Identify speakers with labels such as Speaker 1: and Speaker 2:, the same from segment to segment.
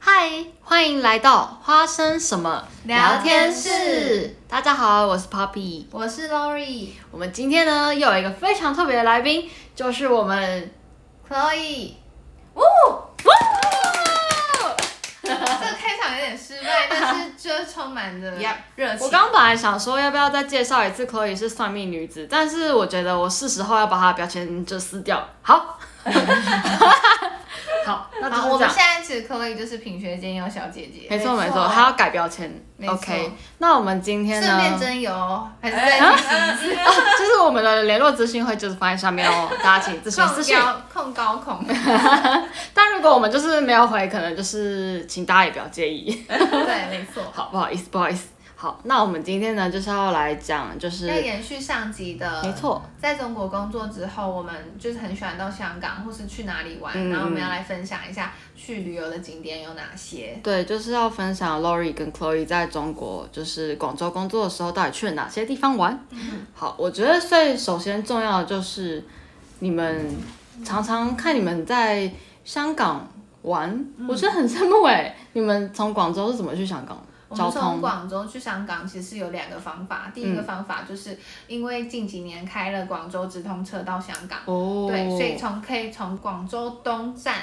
Speaker 1: 嗨，欢迎来到花生什么
Speaker 2: 聊天室。
Speaker 1: 大家好，我是 Poppy。
Speaker 2: 我是 Lori、
Speaker 1: 我们今天呢，又有一个非常特别的来宾，就是我们
Speaker 2: Chloe。这个开场有点失败，但是就是充满 着
Speaker 3: Yep
Speaker 2: 热情。
Speaker 1: 我刚本来想说要不要再介绍一次 Chloe 是算命女子，但是我觉得我是时候要把她的标签就撕掉。好， 好，那
Speaker 2: 好，
Speaker 1: 就
Speaker 2: 我
Speaker 1: 是这
Speaker 2: 们
Speaker 1: 样
Speaker 2: 现。在其实 Chloe 就是品学兼优小姐姐，
Speaker 1: 没错
Speaker 3: 没
Speaker 1: 没
Speaker 3: 错
Speaker 1: 错，她要改标签。
Speaker 2: 没错
Speaker 1: OK，那我们今天呢？
Speaker 2: 顺便真油还是在
Speaker 3: 哎
Speaker 1: 就是我们的联络资讯会就是放在下面哦，大家请自行私
Speaker 2: 控
Speaker 1: 讯。
Speaker 2: 高控高控，
Speaker 1: 但如果我们就是没有回，可能就是请大家也不要介意，
Speaker 2: 对，没错。
Speaker 1: 好不好意思，不好意思。好，那我们今天呢就是要来讲，就是
Speaker 2: 要延续上集的，
Speaker 1: 没错，
Speaker 2: 在中国工作之后，我们就是很喜欢到香港或是去哪里玩，
Speaker 1: 嗯
Speaker 2: 然后我们要来分享一下去旅游的景点有哪些。
Speaker 1: 对，就是要分享 Lori 跟 Chloe 在中国就是广州工作的时候到底去了哪些地方玩。
Speaker 2: 嗯
Speaker 1: 好，我觉得最首先重要的就是你们常常看你们在香港玩，
Speaker 2: 嗯
Speaker 1: 我觉得很羡慕哎、你们从广州是怎么去香港的？
Speaker 2: 我
Speaker 1: 交
Speaker 2: 们从
Speaker 1: 通嗯
Speaker 2: 广州去香港其实有两个方法，第一个方法就是因为近几年开了广州直通车到香港，
Speaker 1: 哦，嗯
Speaker 2: 对，所以从可以从广州东站，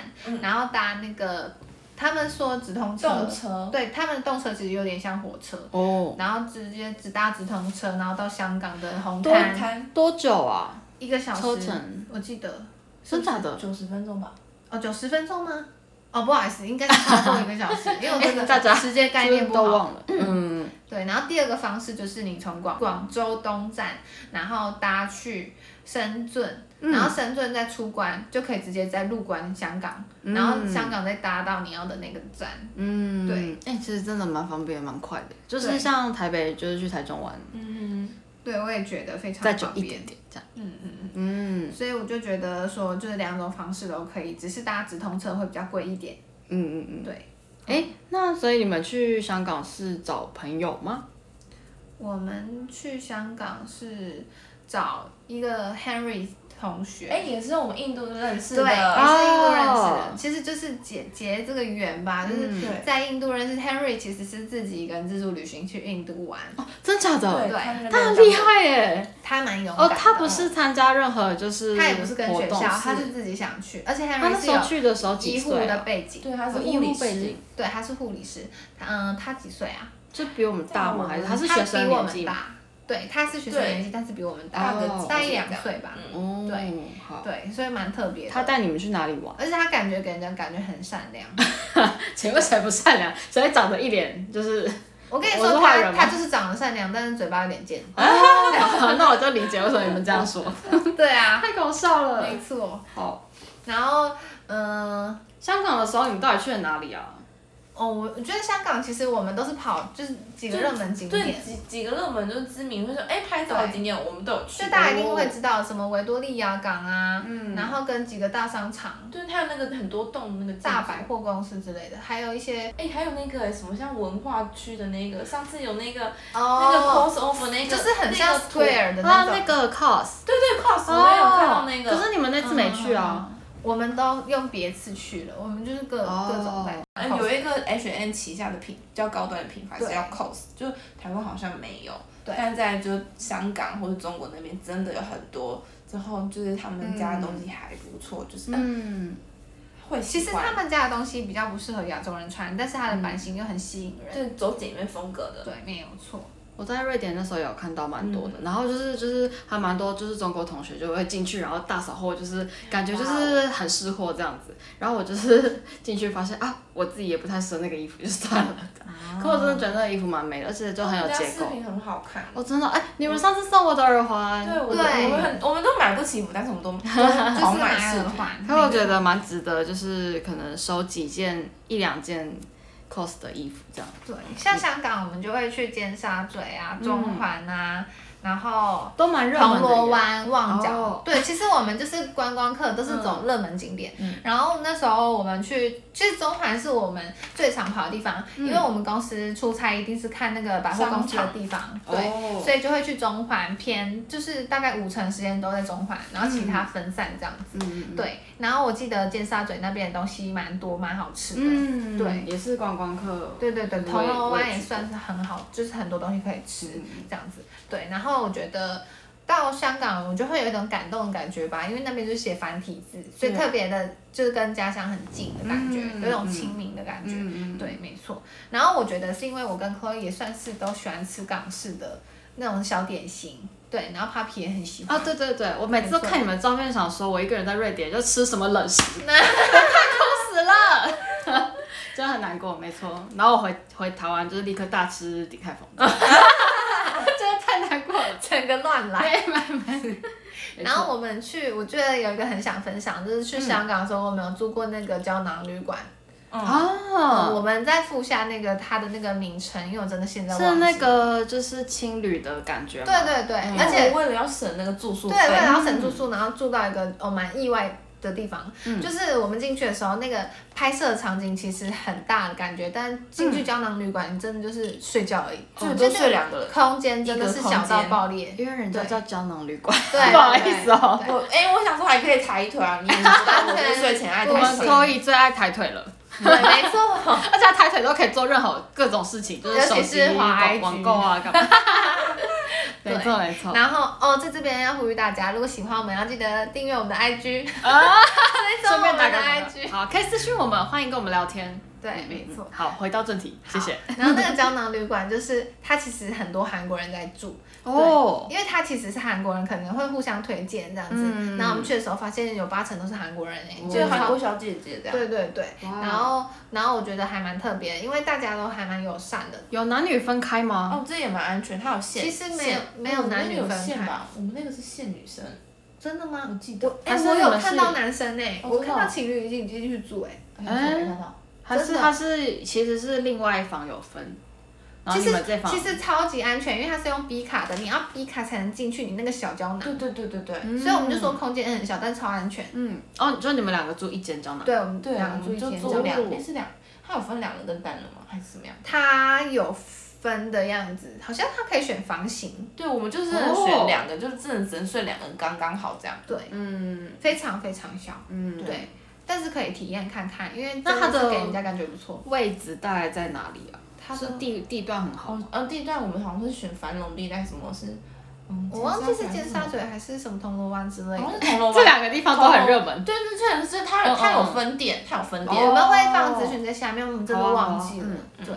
Speaker 2: 然后搭那个他们说直通车，
Speaker 3: 动车
Speaker 2: 对，他们的动车其实有点像火车，
Speaker 1: 哦，
Speaker 2: 然后直接直搭直通车，然后到香港的红
Speaker 3: 多
Speaker 2: 磡
Speaker 3: 看
Speaker 1: 多久啊？
Speaker 2: 一个小
Speaker 1: 车
Speaker 2: 时
Speaker 1: 程，
Speaker 2: 我记得
Speaker 1: 真假的？
Speaker 3: 九十分钟吧，
Speaker 2: 哦九十分钟吗？哦，不好意思，应该是超过一个 小时，因为我真
Speaker 1: 大家
Speaker 2: 的时间概念不
Speaker 1: 都
Speaker 2: 好。
Speaker 1: 忘了。嗯，
Speaker 2: 对，然后第二个方式就是你从广广州东站，然后搭去深圳，
Speaker 1: 嗯
Speaker 2: 然后深圳再出关，就可以直接再入关香港，然后香港再搭到你要的那个站。
Speaker 1: 嗯，
Speaker 2: 对，
Speaker 1: 哎、其实真的蛮方便，蛮快的。就是
Speaker 2: 对
Speaker 1: 像台北，就是去台中玩，
Speaker 3: 嗯，
Speaker 2: 对，我也觉得非常
Speaker 1: 再久
Speaker 2: 方
Speaker 1: 一
Speaker 2: 便。
Speaker 1: 点点这样。
Speaker 2: 嗯嗯嗯。
Speaker 1: 嗯
Speaker 2: 所以我就觉得说，就是两种方式都可以，只是搭直通车会比较贵一点。
Speaker 1: 嗯嗯嗯。
Speaker 2: 对，
Speaker 1: 哎、那所以你们去香港是找朋友吗？
Speaker 2: 我们去香港是找一个 Henry 同学。
Speaker 3: 哎，也是我们印度认识
Speaker 2: 对，也是
Speaker 3: 的，
Speaker 2: 印度认识
Speaker 1: 哦
Speaker 2: 的，其实就是结结这个缘吧，就是
Speaker 1: 嗯
Speaker 3: 对
Speaker 2: 在印度认识 Henry，其实是自己一个人自助旅行去印度玩，
Speaker 1: 哦，真假的？
Speaker 2: 对
Speaker 3: 他们
Speaker 1: 他
Speaker 3: 那
Speaker 1: 很
Speaker 3: 边
Speaker 1: 厉害耶！
Speaker 2: 他蛮勇
Speaker 1: 哦，
Speaker 2: 敢的。
Speaker 1: 他不是参加任何就是
Speaker 2: 他也不是跟学
Speaker 1: 活
Speaker 2: 校，
Speaker 1: 动
Speaker 2: 他是自己想去，而且
Speaker 1: 他那
Speaker 2: Henry 是
Speaker 1: 时候
Speaker 2: 有
Speaker 1: 去的时候几
Speaker 2: 医护
Speaker 1: 岁
Speaker 2: 的
Speaker 1: 啊？
Speaker 2: 背景，
Speaker 3: 对，他是
Speaker 1: 哦
Speaker 3: 物理
Speaker 1: 护背
Speaker 3: 师
Speaker 1: 景，
Speaker 2: 对，他是护理师，他嗯，他几岁啊？
Speaker 1: 就比我们大吗？还是他是学
Speaker 2: 他
Speaker 1: 生
Speaker 2: 比我
Speaker 1: 年纪
Speaker 2: 们
Speaker 1: 吗？
Speaker 2: 大，对，他是学生
Speaker 3: 对
Speaker 2: 年纪，但是比我们
Speaker 3: 大
Speaker 2: 大
Speaker 3: 个
Speaker 1: 哦
Speaker 3: 几
Speaker 2: 大
Speaker 3: 岁
Speaker 2: 一两
Speaker 3: 这样
Speaker 2: 岁吧，
Speaker 1: 哦，
Speaker 2: 对
Speaker 1: 好。
Speaker 2: 对，所以蛮特别的。
Speaker 1: 他带你们去哪里玩？
Speaker 2: 而且他感觉给人家感觉很善良。
Speaker 1: 请问谁不善良？谁长得一脸就是？
Speaker 2: 我跟你
Speaker 1: 我
Speaker 2: 说，
Speaker 1: 是坏人
Speaker 2: 他
Speaker 1: 吗
Speaker 2: 他就是长得善良，但是嘴巴有点贱。
Speaker 1: 那我就理解为什么你们这样说，
Speaker 2: 对啊，
Speaker 1: 啊 太搞笑了
Speaker 2: 没。错。
Speaker 1: 好，
Speaker 2: 然后，嗯、
Speaker 1: 香港的时候你们到底去了哪里啊？
Speaker 2: 哦，我我觉得香港其实我们都是跑就是几个热门景
Speaker 3: 对
Speaker 2: 点，
Speaker 3: 几几个热门就是知名，就是哎拍照的景点我们都有去
Speaker 2: 就，大家一定会知道什么维多利亚港啊，然后跟几个大商场、
Speaker 3: 对，它有那个很多栋那个建筑
Speaker 2: 大百。货公司之类的，还有一些
Speaker 3: 哎，还有那个什么像文化区的那个，上次有那个那个
Speaker 2: 哦，
Speaker 3: crossover 那个，
Speaker 2: 就是很像
Speaker 3: 那个图
Speaker 2: Square 的
Speaker 1: 啊，
Speaker 2: 那种。
Speaker 1: 那个 cos，
Speaker 3: 对对 cos，我
Speaker 1: 啊
Speaker 3: 也有看到
Speaker 2: 哦
Speaker 3: 那
Speaker 1: 可
Speaker 3: 个。
Speaker 1: 是你们那次没去啊。
Speaker 2: 我们都用别次去了，我们就是各、
Speaker 1: 哦
Speaker 2: 各种在。
Speaker 3: 嗯，有一个 H N 旗下的品比较高端的品牌是叫 COS，就台湾好像没有，
Speaker 2: 对
Speaker 3: 但在就香港或者中国那边真的有很多。之后就是他们家的东西还不错，就是、嗯、
Speaker 1: 嗯，
Speaker 3: 会
Speaker 2: 其
Speaker 3: 喜
Speaker 2: 实
Speaker 3: 欢
Speaker 2: 他们家的东西比较不适合亚洲人穿，但是它的版型又很吸引人。
Speaker 3: 对走姐妹风格的，
Speaker 2: 对，没有错。
Speaker 1: 我在瑞典那时候有看到蛮多的，然后就是就是还蛮多就是中国同学就会进去，然后大扫货，就是感觉就是很识货这样子。然后我就是 进去发现啊，我自己也不太适合那个衣服，就算了。可我真的觉得那个衣服蛮美的，而且就很有
Speaker 3: 人家
Speaker 1: 结
Speaker 3: 视
Speaker 1: 构。
Speaker 3: 频很好看。
Speaker 1: 哦，真的哎，你们上次送我的耳环，
Speaker 3: 对，我
Speaker 2: 对
Speaker 3: 我们很我们都买不起衣服，但是 我们都
Speaker 2: 就是
Speaker 3: 狂买
Speaker 2: 买
Speaker 3: 视
Speaker 2: 耳
Speaker 3: 频。
Speaker 2: 环，
Speaker 1: 可我觉得蛮值得，就是可能收几件一两件 cos 的衣服这样。
Speaker 2: 对，像香港我们就会去尖沙咀啊、中环啊，然后
Speaker 1: 哦都蛮嗯热
Speaker 2: 铜
Speaker 1: 门的耶。
Speaker 2: 锣湾、旺角，
Speaker 1: 哦
Speaker 2: 对，其实我们就是观光客，都是走热门景点。
Speaker 1: 嗯
Speaker 2: 然后那时候我们去，其实中环是我们最常跑的地方，
Speaker 1: 嗯
Speaker 2: 因为我们公司出差一定是看那个百货公司的地方，
Speaker 3: 场
Speaker 2: 对，
Speaker 3: 哦
Speaker 2: 所以就会去中环偏，就是大概五成时间都在中环，然后其他分散这样子。
Speaker 1: 嗯
Speaker 2: 对，然后我记得尖沙咀那边的东西蛮多，蛮好吃的。
Speaker 1: 嗯，
Speaker 2: 对
Speaker 1: 也是观光客。
Speaker 2: 对对对，
Speaker 1: 我也
Speaker 2: 铜锣
Speaker 1: 我也嗯
Speaker 2: 湾也
Speaker 1: 去过
Speaker 2: 算是很好，就是很多东西可以吃这样子。对，然后我觉得到香港，我就会有一种感动的感觉吧，因为那边就是写繁体字，所以
Speaker 1: 对
Speaker 2: 特别的，就是跟家乡很近的感觉，
Speaker 1: 嗯
Speaker 2: 有一种亲民的感觉。
Speaker 1: 嗯嗯，
Speaker 2: 对，没错。然后我觉得是因为我跟 Chloe 也算是都喜欢吃港式的那种小点心，对，然后 Papi 也很喜欢。
Speaker 1: 啊，对对对，我每次都看你们照片，想说我一个人在瑞典就吃什么冷 食，痛死了，真的很难过，没错。然后我回回台湾就是立刻大吃鼎泰丰，真的太难过 了。
Speaker 2: 整个乱来。
Speaker 1: 没
Speaker 2: 然
Speaker 1: 错
Speaker 2: 后我们去，我觉得有一个很想分享，就是去香港的时候，我们有住过那个胶囊旅馆。
Speaker 1: 啊，
Speaker 2: 我们再附下那个它的那个名称，因为我真的现在忘
Speaker 1: 是
Speaker 2: 记。
Speaker 1: 那个就是青旅的感觉吗，
Speaker 2: 对对对，
Speaker 1: 嗯
Speaker 2: 而且
Speaker 3: 哎我为了要省那个啊住宿
Speaker 2: 对
Speaker 3: 费，
Speaker 2: 对，然后省住宿，然后住到一个哦蛮意外的地方，
Speaker 1: 嗯
Speaker 2: 就是我们进去的时候，那个拍摄的场景其实很大的感觉，但进去胶囊旅馆真的就是睡觉而已，
Speaker 1: 嗯
Speaker 3: 就
Speaker 2: 就
Speaker 3: 就
Speaker 2: 就
Speaker 3: 睡两个人。
Speaker 2: 空间真的是小到爆 裂。
Speaker 1: 因为人家叫胶囊旅馆，
Speaker 2: 对，
Speaker 1: 不好意思哦。
Speaker 2: 对
Speaker 3: 我哎、我想说还可以抬腿啊，你也知道 我对睡前爱
Speaker 1: 我
Speaker 3: 抬
Speaker 1: 们
Speaker 3: 腿。
Speaker 1: Chloe 最爱抬腿了，
Speaker 2: 对，对没错。
Speaker 1: 而且她抬腿都可以做任何各种事情，就是
Speaker 2: 尤
Speaker 1: 手
Speaker 2: 其
Speaker 1: 机
Speaker 2: 是滑 IG
Speaker 1: 网网购啊，干 嘛？没错没错，
Speaker 2: 然后哦，在这边要呼吁大家，如果喜欢我们，要记得订阅我们的 IG，追踪
Speaker 1: 顺
Speaker 2: 我
Speaker 1: 便
Speaker 2: 们
Speaker 1: 打
Speaker 2: 的
Speaker 1: 个
Speaker 2: IG。
Speaker 1: 好，可以私信我们，欢迎跟我们聊天。
Speaker 2: 对，没错。
Speaker 1: 好，回到正题，谢谢。
Speaker 2: 然后那个胶囊旅馆就是它其实很多韩国人在住，
Speaker 1: 哦，
Speaker 2: 因为它其实是韩国人可能会互相推荐这样子。
Speaker 1: 嗯
Speaker 2: 然后我们去的时候发现有八成都是韩国人哎、
Speaker 1: 哦
Speaker 3: 就是
Speaker 2: 超
Speaker 3: 韩国小姐姐这样，
Speaker 2: 对对对。
Speaker 1: 哇
Speaker 2: 然后然后我觉得还蛮特别，因为大家都还蛮友善的。
Speaker 1: 有男女分开吗？
Speaker 3: 哦，这也蛮安全，它有线。
Speaker 2: 啊其实没有
Speaker 3: 线
Speaker 2: 没有
Speaker 3: 我们那
Speaker 2: 男
Speaker 3: 个
Speaker 2: 女
Speaker 3: 有
Speaker 2: 分
Speaker 3: 线
Speaker 2: 开
Speaker 3: 吧？我们那个是限女生，
Speaker 2: 真的
Speaker 3: 我
Speaker 2: 吗？
Speaker 3: 记得
Speaker 2: 我。哎、
Speaker 1: 还是
Speaker 2: 我
Speaker 1: 你
Speaker 2: 有
Speaker 1: 们
Speaker 2: 看
Speaker 1: 是
Speaker 2: 到男生哎、
Speaker 3: 哦
Speaker 2: 我
Speaker 3: 真的
Speaker 2: 看
Speaker 3: 哦
Speaker 2: 到情侣已经进去住哎、
Speaker 3: 哎我没看到。
Speaker 1: 还是
Speaker 2: 真的
Speaker 1: 他是其实是另外一房有分，然后
Speaker 2: 其
Speaker 1: 哦你
Speaker 2: 实
Speaker 1: 们这房
Speaker 2: 其实超级安全，因为它是用 B 卡的，你要 B 卡才能进去你那个小胶囊，
Speaker 3: 对对对对对。
Speaker 1: 嗯
Speaker 2: 所以我们就说空间很小，但超安全。
Speaker 1: 嗯，哦，就你们两个住一间胶囊，
Speaker 2: 对，我们
Speaker 3: 对啊，
Speaker 2: 两个
Speaker 3: 我
Speaker 2: 住
Speaker 3: 们
Speaker 2: 一
Speaker 3: 就
Speaker 2: 间
Speaker 3: 住
Speaker 2: 胶囊
Speaker 3: 两，哎是两，它有分两人跟单人吗？还是怎么样？
Speaker 2: 它有分的样子，好像它可以选房型，
Speaker 3: 对，我们就是
Speaker 1: 哦
Speaker 3: 选两个，就是真的只能睡两个人，刚刚好这样。
Speaker 2: 对，
Speaker 1: 嗯
Speaker 2: 非常非常小，
Speaker 1: 嗯，
Speaker 2: 对，但是可以体验看看，因为
Speaker 1: 那
Speaker 2: 真
Speaker 1: 它
Speaker 2: 是
Speaker 1: 的
Speaker 2: 给人家感觉不错。
Speaker 1: 位置大概在哪里啊？
Speaker 2: 它
Speaker 1: 是
Speaker 2: 的
Speaker 1: 地地段很好，
Speaker 3: 哦，呃，地段我们好像是选繁荣地带，什么是？嗯，
Speaker 2: 我忘记是
Speaker 3: 尖
Speaker 2: 尖沙咀还是什么铜锣湾之类
Speaker 3: 还是什
Speaker 2: 的。
Speaker 3: 么，好像是铜锣
Speaker 1: 这
Speaker 3: 湾。哦
Speaker 1: 两个地方都很热门。
Speaker 3: 对对对，是它有它有分店，它有分
Speaker 1: 哦
Speaker 2: 我
Speaker 3: 店。
Speaker 2: 们会放资讯在下面，我们真的
Speaker 1: 好啊
Speaker 2: 忘
Speaker 1: 好啊
Speaker 2: 记了
Speaker 1: 嗯。
Speaker 2: 对，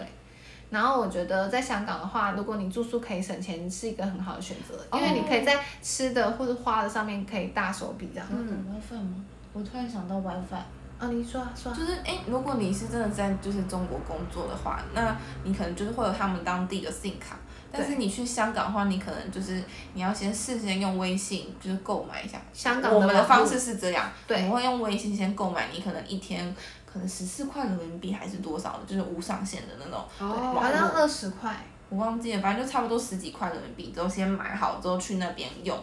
Speaker 2: 然后我觉得在香港的话，如果你住宿可以省钱，是一个很好的选择，因为你可以在吃的或者花的上面可以大手笔这样。
Speaker 3: 嗯，WiFi 吗？我突然想到 WiFi。
Speaker 2: 啊，你说啊说啊。
Speaker 3: 就是哎、诶如果你是真的在就是中国工作的话，那你可能就是会有他们当地的 SIM 卡。但是你去香港的话，你可能就是你要先事先用微信就是购买一下。
Speaker 2: 香港的
Speaker 3: 我们的
Speaker 2: 网络
Speaker 3: 方式是这样，
Speaker 2: 对
Speaker 3: 我会用微信先购买，你可能一天可能十四块人民币还是多少的，就是无上限的那种。
Speaker 1: 哦
Speaker 2: 好像二十块，
Speaker 3: 我忘记了，反正就差不多十几块人民币，之后先买好之后去那边用，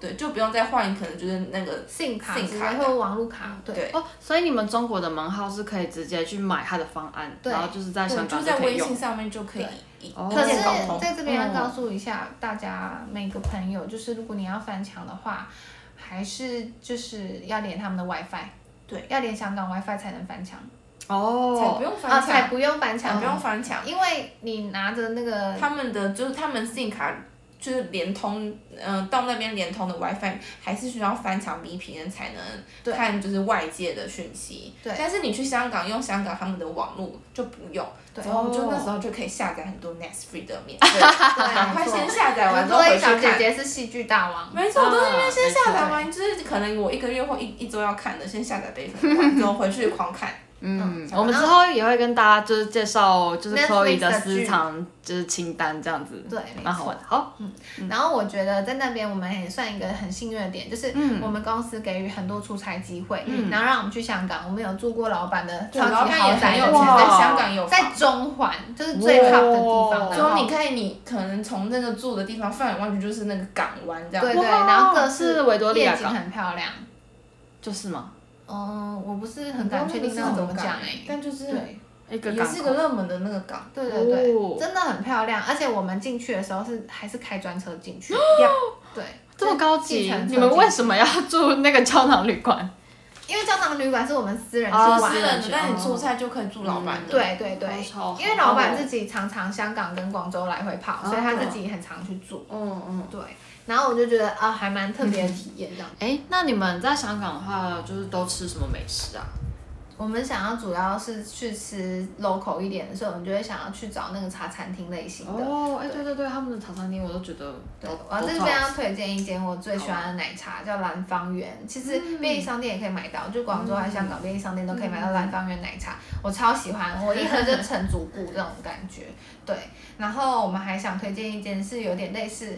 Speaker 3: 对，就不用再换，可能就是那个
Speaker 2: SIM 卡
Speaker 3: SIM
Speaker 2: 之类
Speaker 3: 卡的
Speaker 2: 或网络卡，对，
Speaker 3: 对。
Speaker 1: 哦，所以你们中国的门号是可以直接去买它的方案，
Speaker 2: 对
Speaker 1: 然后就是在
Speaker 3: 对，
Speaker 1: 香
Speaker 3: 就
Speaker 1: 港
Speaker 3: 在
Speaker 1: 可以
Speaker 3: 微
Speaker 1: 用
Speaker 3: 信。上面就可以一
Speaker 1: 哦嗯
Speaker 2: 可
Speaker 3: 一
Speaker 2: 是
Speaker 3: 键沟通。
Speaker 2: 在这边要告诉一下大家，每个朋友就是如果你要翻墙的话，还是就是要连他们的 WiFi，
Speaker 3: 对，
Speaker 2: 要连香港 WiFi 才能翻墙
Speaker 3: 才不
Speaker 1: 哦，
Speaker 3: 用
Speaker 2: 啊，
Speaker 3: 翻
Speaker 2: 才
Speaker 3: 墙，
Speaker 2: 不用翻
Speaker 3: 才
Speaker 2: 墙，
Speaker 3: 呃
Speaker 2: 呃
Speaker 3: 不用翻墙。
Speaker 2: 因为你拿着那个
Speaker 3: 他们的就是他们 SIM 卡就是联通，嗯、到那边联通的 WiFi 还是需要翻墙 VPN 才
Speaker 2: 对
Speaker 3: 能看就是外界的讯息。
Speaker 2: 对
Speaker 3: 但是你去香港用香港他们的网络就不用，
Speaker 2: 对哦
Speaker 3: 然后就那时候就可以下载很多 Netflix 的免费，赶快先下载完之后
Speaker 2: 所
Speaker 3: 回
Speaker 2: 以
Speaker 3: 去
Speaker 2: 小姐嗯
Speaker 3: 看。
Speaker 2: 姐是戏剧大王，
Speaker 3: 没错，我都是因为先下载
Speaker 1: 啊
Speaker 3: 完，就是可能我一个月或一一周要看的，先下载备份完，之后回去狂看。
Speaker 1: 嗯
Speaker 2: 嗯，
Speaker 1: 我们之后也会跟大家就是介绍就是
Speaker 2: Netflix
Speaker 1: Chloe 的
Speaker 2: 的
Speaker 1: 私
Speaker 2: 剧
Speaker 1: 藏就是清单这样子，
Speaker 2: 对没
Speaker 1: 蛮好
Speaker 2: 错
Speaker 1: 玩的。嗯好，
Speaker 2: 然后我觉得在那边我们也算一个很幸运的点，就是
Speaker 1: 嗯
Speaker 2: 我们公司给予很多出差机会，然后让我们去香港，我们有住过老板的超
Speaker 3: 老
Speaker 2: 级
Speaker 3: 板也
Speaker 2: 豪宅
Speaker 3: 很有
Speaker 2: 的
Speaker 1: 哇
Speaker 2: 前
Speaker 3: 钱，在
Speaker 2: 面
Speaker 3: 香港有
Speaker 2: 在
Speaker 3: 房。
Speaker 2: 中环，就是最 top 的地
Speaker 1: 哇
Speaker 2: 方，然
Speaker 3: 就
Speaker 2: 后
Speaker 3: 你看，你可能从那个住的地方范围完全就是那个港湾这样。
Speaker 2: 对
Speaker 1: 哇
Speaker 2: 对，然后各
Speaker 1: 是
Speaker 2: 式
Speaker 1: 维多利亚
Speaker 2: 夜景
Speaker 1: 港
Speaker 2: 很漂亮。
Speaker 1: 就是嘛，
Speaker 2: 嗯，我不是很敢确定那个怎么讲哎、
Speaker 3: 但就是
Speaker 2: 对
Speaker 1: 一个
Speaker 3: 也
Speaker 1: 港
Speaker 3: 是
Speaker 1: 口
Speaker 3: 个热门的那个港，
Speaker 2: 对对对，
Speaker 1: 哦
Speaker 2: 真的很漂亮，而且我们进去的时候是还是开专车进去，对，
Speaker 1: 这么高
Speaker 2: 就是
Speaker 1: 级
Speaker 2: 计程，车
Speaker 1: 你们
Speaker 2: 进
Speaker 1: 为
Speaker 2: 去
Speaker 1: 什么要住那个胶囊旅馆？
Speaker 2: 因为胶囊旅馆是我们私人去
Speaker 1: 哦
Speaker 2: 玩
Speaker 3: 私人
Speaker 1: 哦
Speaker 3: 的，但你出差就可以住老板的。
Speaker 2: 对对对
Speaker 1: 哦超好，哦
Speaker 2: 因为老板自己常常香港跟广州来回跑，所以他自己很常去住。
Speaker 1: 嗯嗯。
Speaker 2: 对，然后我就觉得啊，还蛮特别的体验这样。
Speaker 1: 哎，那你们在香港的话，就是都吃什么美食啊？
Speaker 2: 我们想要主要是去吃 local 一点的，所以我们就会想要去找那个茶餐厅类型的。
Speaker 1: 哦，哎，对对对，他们的茶餐厅我都觉得
Speaker 2: 对
Speaker 1: 都，
Speaker 2: 我要
Speaker 1: 都
Speaker 2: 在这
Speaker 1: 超
Speaker 2: 边啊
Speaker 1: 好
Speaker 2: 要
Speaker 1: 吃
Speaker 2: 推荐一间我最喜欢的奶茶，叫兰芳园。其实便利商店也可以买到，就广州还是香港便利商店都可以买到兰芳园奶茶，我超喜欢，我一喝就成主顾这种感觉。 对，然后我们还想推荐一间是有点类似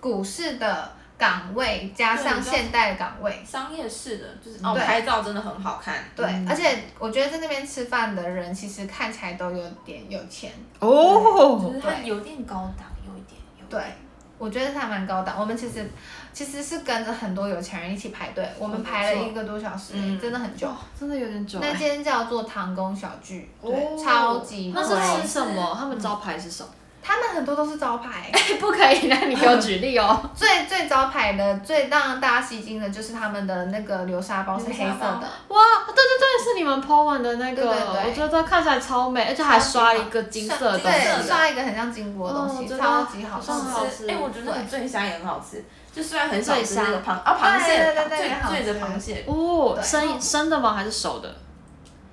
Speaker 2: 股市的港味，加上现代的港味。
Speaker 3: 商业式的就是哦，
Speaker 2: 对
Speaker 3: 拍照真的很好看。
Speaker 2: 对，而且我觉得在那边吃饭的人，其实看起来都有点有钱。
Speaker 3: 就
Speaker 1: 哦。
Speaker 3: 是它有点高档，有一点。有一点
Speaker 2: 对，我觉得他蛮高档。我们其实其实是跟着很多有钱人一起排队，我们
Speaker 1: 哦
Speaker 2: 排了一个多小时，
Speaker 3: 嗯
Speaker 2: 真的很久。
Speaker 1: 真的有点久
Speaker 2: 那
Speaker 1: 哎。
Speaker 2: 间叫做唐宫小聚，对，
Speaker 1: 哦
Speaker 2: 超级
Speaker 1: 那
Speaker 2: 贵
Speaker 1: 是吃什么？他们招牌是什 么？
Speaker 2: 他们很多都是招牌，
Speaker 1: 不可以，那你给我举例哦。
Speaker 2: 最最招牌的、最让大家吸睛的就是他们的那个流沙包是黑色
Speaker 3: 流沙包
Speaker 2: 的，
Speaker 1: 哇，对对对，是你们 po 文的那个，
Speaker 2: 对对对
Speaker 1: 我觉得看起来超美，而且还刷一个金色的东
Speaker 3: 刷
Speaker 2: 对，
Speaker 1: 西。
Speaker 2: 刷一个很像金箔的东
Speaker 1: 哦
Speaker 2: 西，
Speaker 1: 真的
Speaker 2: 超级好吃
Speaker 1: 好。像
Speaker 3: 吃，哎、我觉得那个醉虾也很好吃，就虽然很少
Speaker 1: 醉
Speaker 3: 吃
Speaker 1: 虾
Speaker 3: 那个螃啊螃蟹
Speaker 2: 对对对对很好
Speaker 3: 醉醉的
Speaker 2: 吃
Speaker 3: 螃蟹，
Speaker 1: 哦，
Speaker 2: 对
Speaker 1: 生生的吗？还是熟的？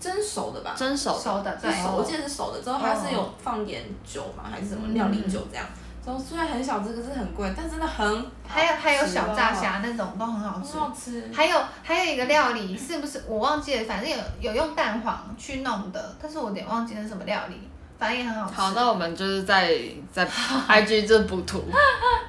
Speaker 3: 蒸熟的吧？
Speaker 1: 蒸熟的。
Speaker 2: 熟的，对
Speaker 3: 是，熟，我记得是熟的，之后它是有放点酒嘛，还是什么料理酒这样。然后虽然很小，这个是很贵，但真的很好吃
Speaker 2: 还有还有小炸
Speaker 3: 哦，
Speaker 2: 虾那种都很好
Speaker 3: 很
Speaker 2: 吃。
Speaker 1: 哦
Speaker 3: 好吃。
Speaker 2: 还有还有一个料理是不是我忘记了？反正有有用蛋黄去弄的，但是我有点忘记那是什么料理，反正也很好吃。
Speaker 1: 好，那我们就是在 在 IG 这补图，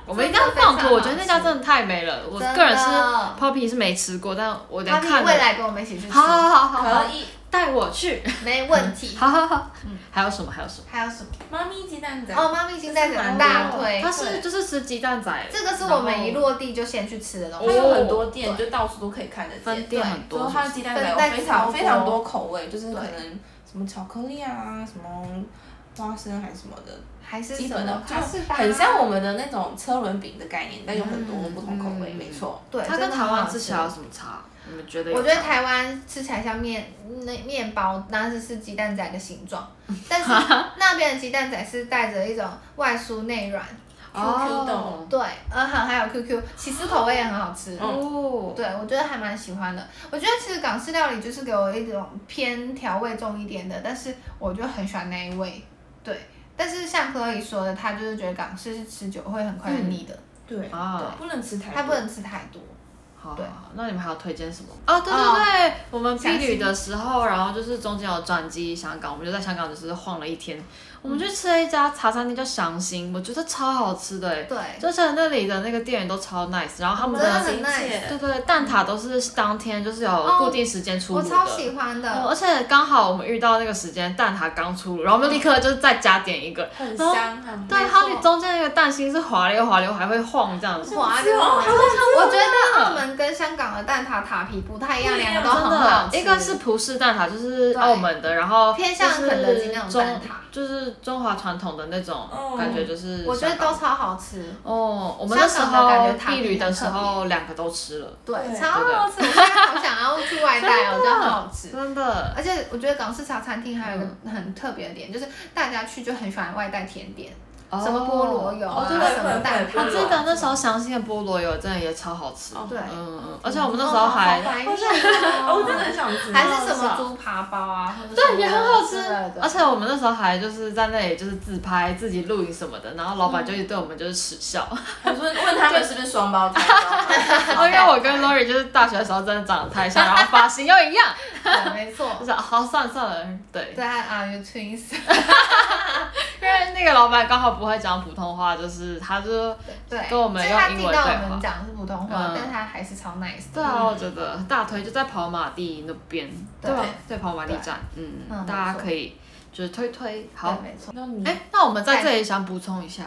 Speaker 1: 我们一定要
Speaker 2: 真的
Speaker 1: 放
Speaker 2: 非常
Speaker 1: 图。我觉得
Speaker 2: 好
Speaker 1: 那家
Speaker 2: 吃
Speaker 1: 真的太美了，我
Speaker 2: 真
Speaker 1: 个人是
Speaker 2: 的
Speaker 1: Poppy 是没吃过，但我得
Speaker 2: 他
Speaker 1: 看
Speaker 2: 们
Speaker 1: 了
Speaker 2: 未。来跟我们一起去吃
Speaker 1: 好，好好好好
Speaker 3: 可，以，
Speaker 1: 带我去。
Speaker 2: 没问题。
Speaker 1: 好好好，
Speaker 2: 嗯
Speaker 1: 还有什么？还有什么？
Speaker 2: 还有什么？
Speaker 3: 妈咪鸡蛋仔。
Speaker 2: 哦，妈咪金在
Speaker 3: 这是
Speaker 2: 讲
Speaker 3: 蛮
Speaker 2: 大
Speaker 3: 多的
Speaker 2: 腿，
Speaker 1: 它是
Speaker 2: 对
Speaker 1: 就是吃鸡蛋仔，
Speaker 2: 这个是我
Speaker 1: 然
Speaker 2: 们
Speaker 1: 后
Speaker 2: 一落地就先去吃的东
Speaker 3: 它
Speaker 2: 西。
Speaker 3: 有很多店，
Speaker 2: 哦
Speaker 3: 就到处都可以看得
Speaker 1: 分
Speaker 3: 见。
Speaker 1: 店
Speaker 2: 对
Speaker 1: 很
Speaker 3: 之
Speaker 1: 多
Speaker 3: 后
Speaker 1: 是不
Speaker 3: 它
Speaker 1: 是。
Speaker 3: 的鸡蛋仔
Speaker 2: 分
Speaker 3: 有
Speaker 2: 蛋
Speaker 3: 非
Speaker 2: 超
Speaker 3: 常
Speaker 2: 多
Speaker 3: 非常多口味，就是可
Speaker 2: 对
Speaker 3: 能什么巧克力啊，什么花生还是什么的，
Speaker 2: 还是
Speaker 3: 基
Speaker 2: 什
Speaker 3: 本的
Speaker 2: 么
Speaker 3: 就
Speaker 2: 卡士达，
Speaker 3: 很像我们的那种车轮饼的概念，但有很多不同口味，
Speaker 1: 嗯
Speaker 3: 没错。
Speaker 2: 对，
Speaker 1: 它
Speaker 2: 真
Speaker 1: 跟
Speaker 2: 的
Speaker 1: 台
Speaker 2: 很
Speaker 1: 湾
Speaker 2: 好
Speaker 1: 吃
Speaker 2: 吃
Speaker 1: 起来有什么差？你们觉得有
Speaker 2: 我
Speaker 1: 差吗？
Speaker 2: 觉得台湾吃起来像面那面包，那是是鸡蛋仔的形状，但是那边的鸡蛋仔是带着一种外酥内软，
Speaker 3: QQ 的
Speaker 1: 哦
Speaker 2: 对，呃，好，还有 QQ 起司口味也很好吃。
Speaker 1: 哦，
Speaker 2: 对，我觉得还蛮喜欢的。我觉得其实港式料理就是给我一种偏调味重一点的，但是我就很喜欢那一味。对，但是像 Chloe 说的，她就是觉得港式是吃久会很快就腻的，
Speaker 3: 对
Speaker 1: 啊，
Speaker 3: 不能吃太多。
Speaker 2: 她不能吃太多。
Speaker 1: 好，
Speaker 2: 对
Speaker 1: 好那你们还要推荐什么？哦，对
Speaker 2: 哦
Speaker 1: 对对，我们 P
Speaker 2: 详细
Speaker 1: 旅的时候，然后就是中间有转机香港，我们就在香港就是晃了一
Speaker 2: 嗯
Speaker 1: 天，我们去吃了一家茶餐厅叫祥兴，我觉得超好吃的哎，
Speaker 2: 对，
Speaker 1: 就是那里的那个店员都超 nice，然后他们
Speaker 2: 真的
Speaker 1: 的
Speaker 2: 很
Speaker 3: 亲切
Speaker 2: nice
Speaker 1: 对对蛋挞都是当天就是有
Speaker 2: 哦
Speaker 1: 固定时间出
Speaker 2: 我
Speaker 1: 炉的。
Speaker 2: 超喜欢的。
Speaker 1: 哦而且刚好我们遇到那个时间，蛋挞刚出炉，然后我们就立刻就是再加点一个。
Speaker 3: 很香，很
Speaker 1: 对，
Speaker 2: 没
Speaker 1: 它
Speaker 2: 错
Speaker 1: 中间那个蛋心是滑溜滑溜，还会晃这样子。
Speaker 2: 哇，
Speaker 3: 是哦好
Speaker 2: 我觉得澳门跟香港的蛋挞塔皮不太一样，
Speaker 3: 不一样
Speaker 2: 两个都
Speaker 1: 真
Speaker 2: 很好
Speaker 1: 的，
Speaker 2: 吃。
Speaker 1: 一个是葡式蛋挞，就是
Speaker 2: 对
Speaker 1: 澳门的，然后
Speaker 2: 偏向
Speaker 1: 就是
Speaker 2: 肯德基那种蛋挞哦
Speaker 1: 中就是中华传统的那种
Speaker 3: 嗯
Speaker 1: 感觉，就是
Speaker 2: 我觉得
Speaker 1: 香
Speaker 2: 都
Speaker 1: 港
Speaker 2: 超好吃，
Speaker 1: 哦，我们那时
Speaker 2: 香港的感
Speaker 1: 候
Speaker 2: 觉塔皮
Speaker 1: 避旅的
Speaker 2: 很
Speaker 1: 时
Speaker 2: 特别
Speaker 1: 候两个都吃了，
Speaker 2: 对，
Speaker 3: 对
Speaker 2: 超好吃。我现在好想要去外带 哦，真的好吃。
Speaker 1: 真的。
Speaker 2: 而
Speaker 3: 嗯
Speaker 2: 且我觉得港式茶餐厅还有一个很特别的点，就是大家去就很喜欢外带甜点，什么菠萝油啊，
Speaker 3: 哦哦对对对
Speaker 2: 什么蛋
Speaker 3: 对
Speaker 1: 我
Speaker 2: 挞
Speaker 3: 对
Speaker 2: 啊，
Speaker 1: 记
Speaker 3: 对
Speaker 1: 得那时候详心的菠萝油真的也超好吃，
Speaker 3: 哦
Speaker 2: 对
Speaker 1: 嗯嗯，嗯而且我们那时候还
Speaker 2: 哦好怀念
Speaker 3: 哦，我真
Speaker 2: 哦
Speaker 3: 的很想吃，
Speaker 2: 还是什么猪扒包啊，或者什
Speaker 1: 对，
Speaker 2: 么
Speaker 1: 也很好吃
Speaker 2: 之类的。
Speaker 1: 而且我们那时候还就是在那里就是自拍、自己录影什么的，然后老板就一直对我们就是耻笑，
Speaker 3: 我 说问他们是不是双胞胎？然后
Speaker 1: 哦，因为我跟 Lori 就是大学的时候真的长得太像，然后发型又一样，
Speaker 2: 对没错，
Speaker 1: 就是好算了算了，对。
Speaker 2: 对啊，you twins，
Speaker 1: 因为那个老板刚好不会讲普通话，就是他就
Speaker 2: 对，
Speaker 1: 跟我们
Speaker 2: 就是他
Speaker 1: 用
Speaker 2: 听
Speaker 1: 英文
Speaker 2: 到
Speaker 1: 对话
Speaker 2: 我们讲的是普通话，
Speaker 1: 嗯
Speaker 2: 但他还是超 nice 的。
Speaker 1: 对啊，我觉得大腿就在跑马地那边，
Speaker 2: 对
Speaker 1: 吧？对，跑马地站，嗯，
Speaker 2: 嗯
Speaker 1: 大家
Speaker 2: 没错
Speaker 1: 可以就是推推好
Speaker 2: 对，。没错。
Speaker 3: 那你
Speaker 1: 哎、那我们在这里想补充一下，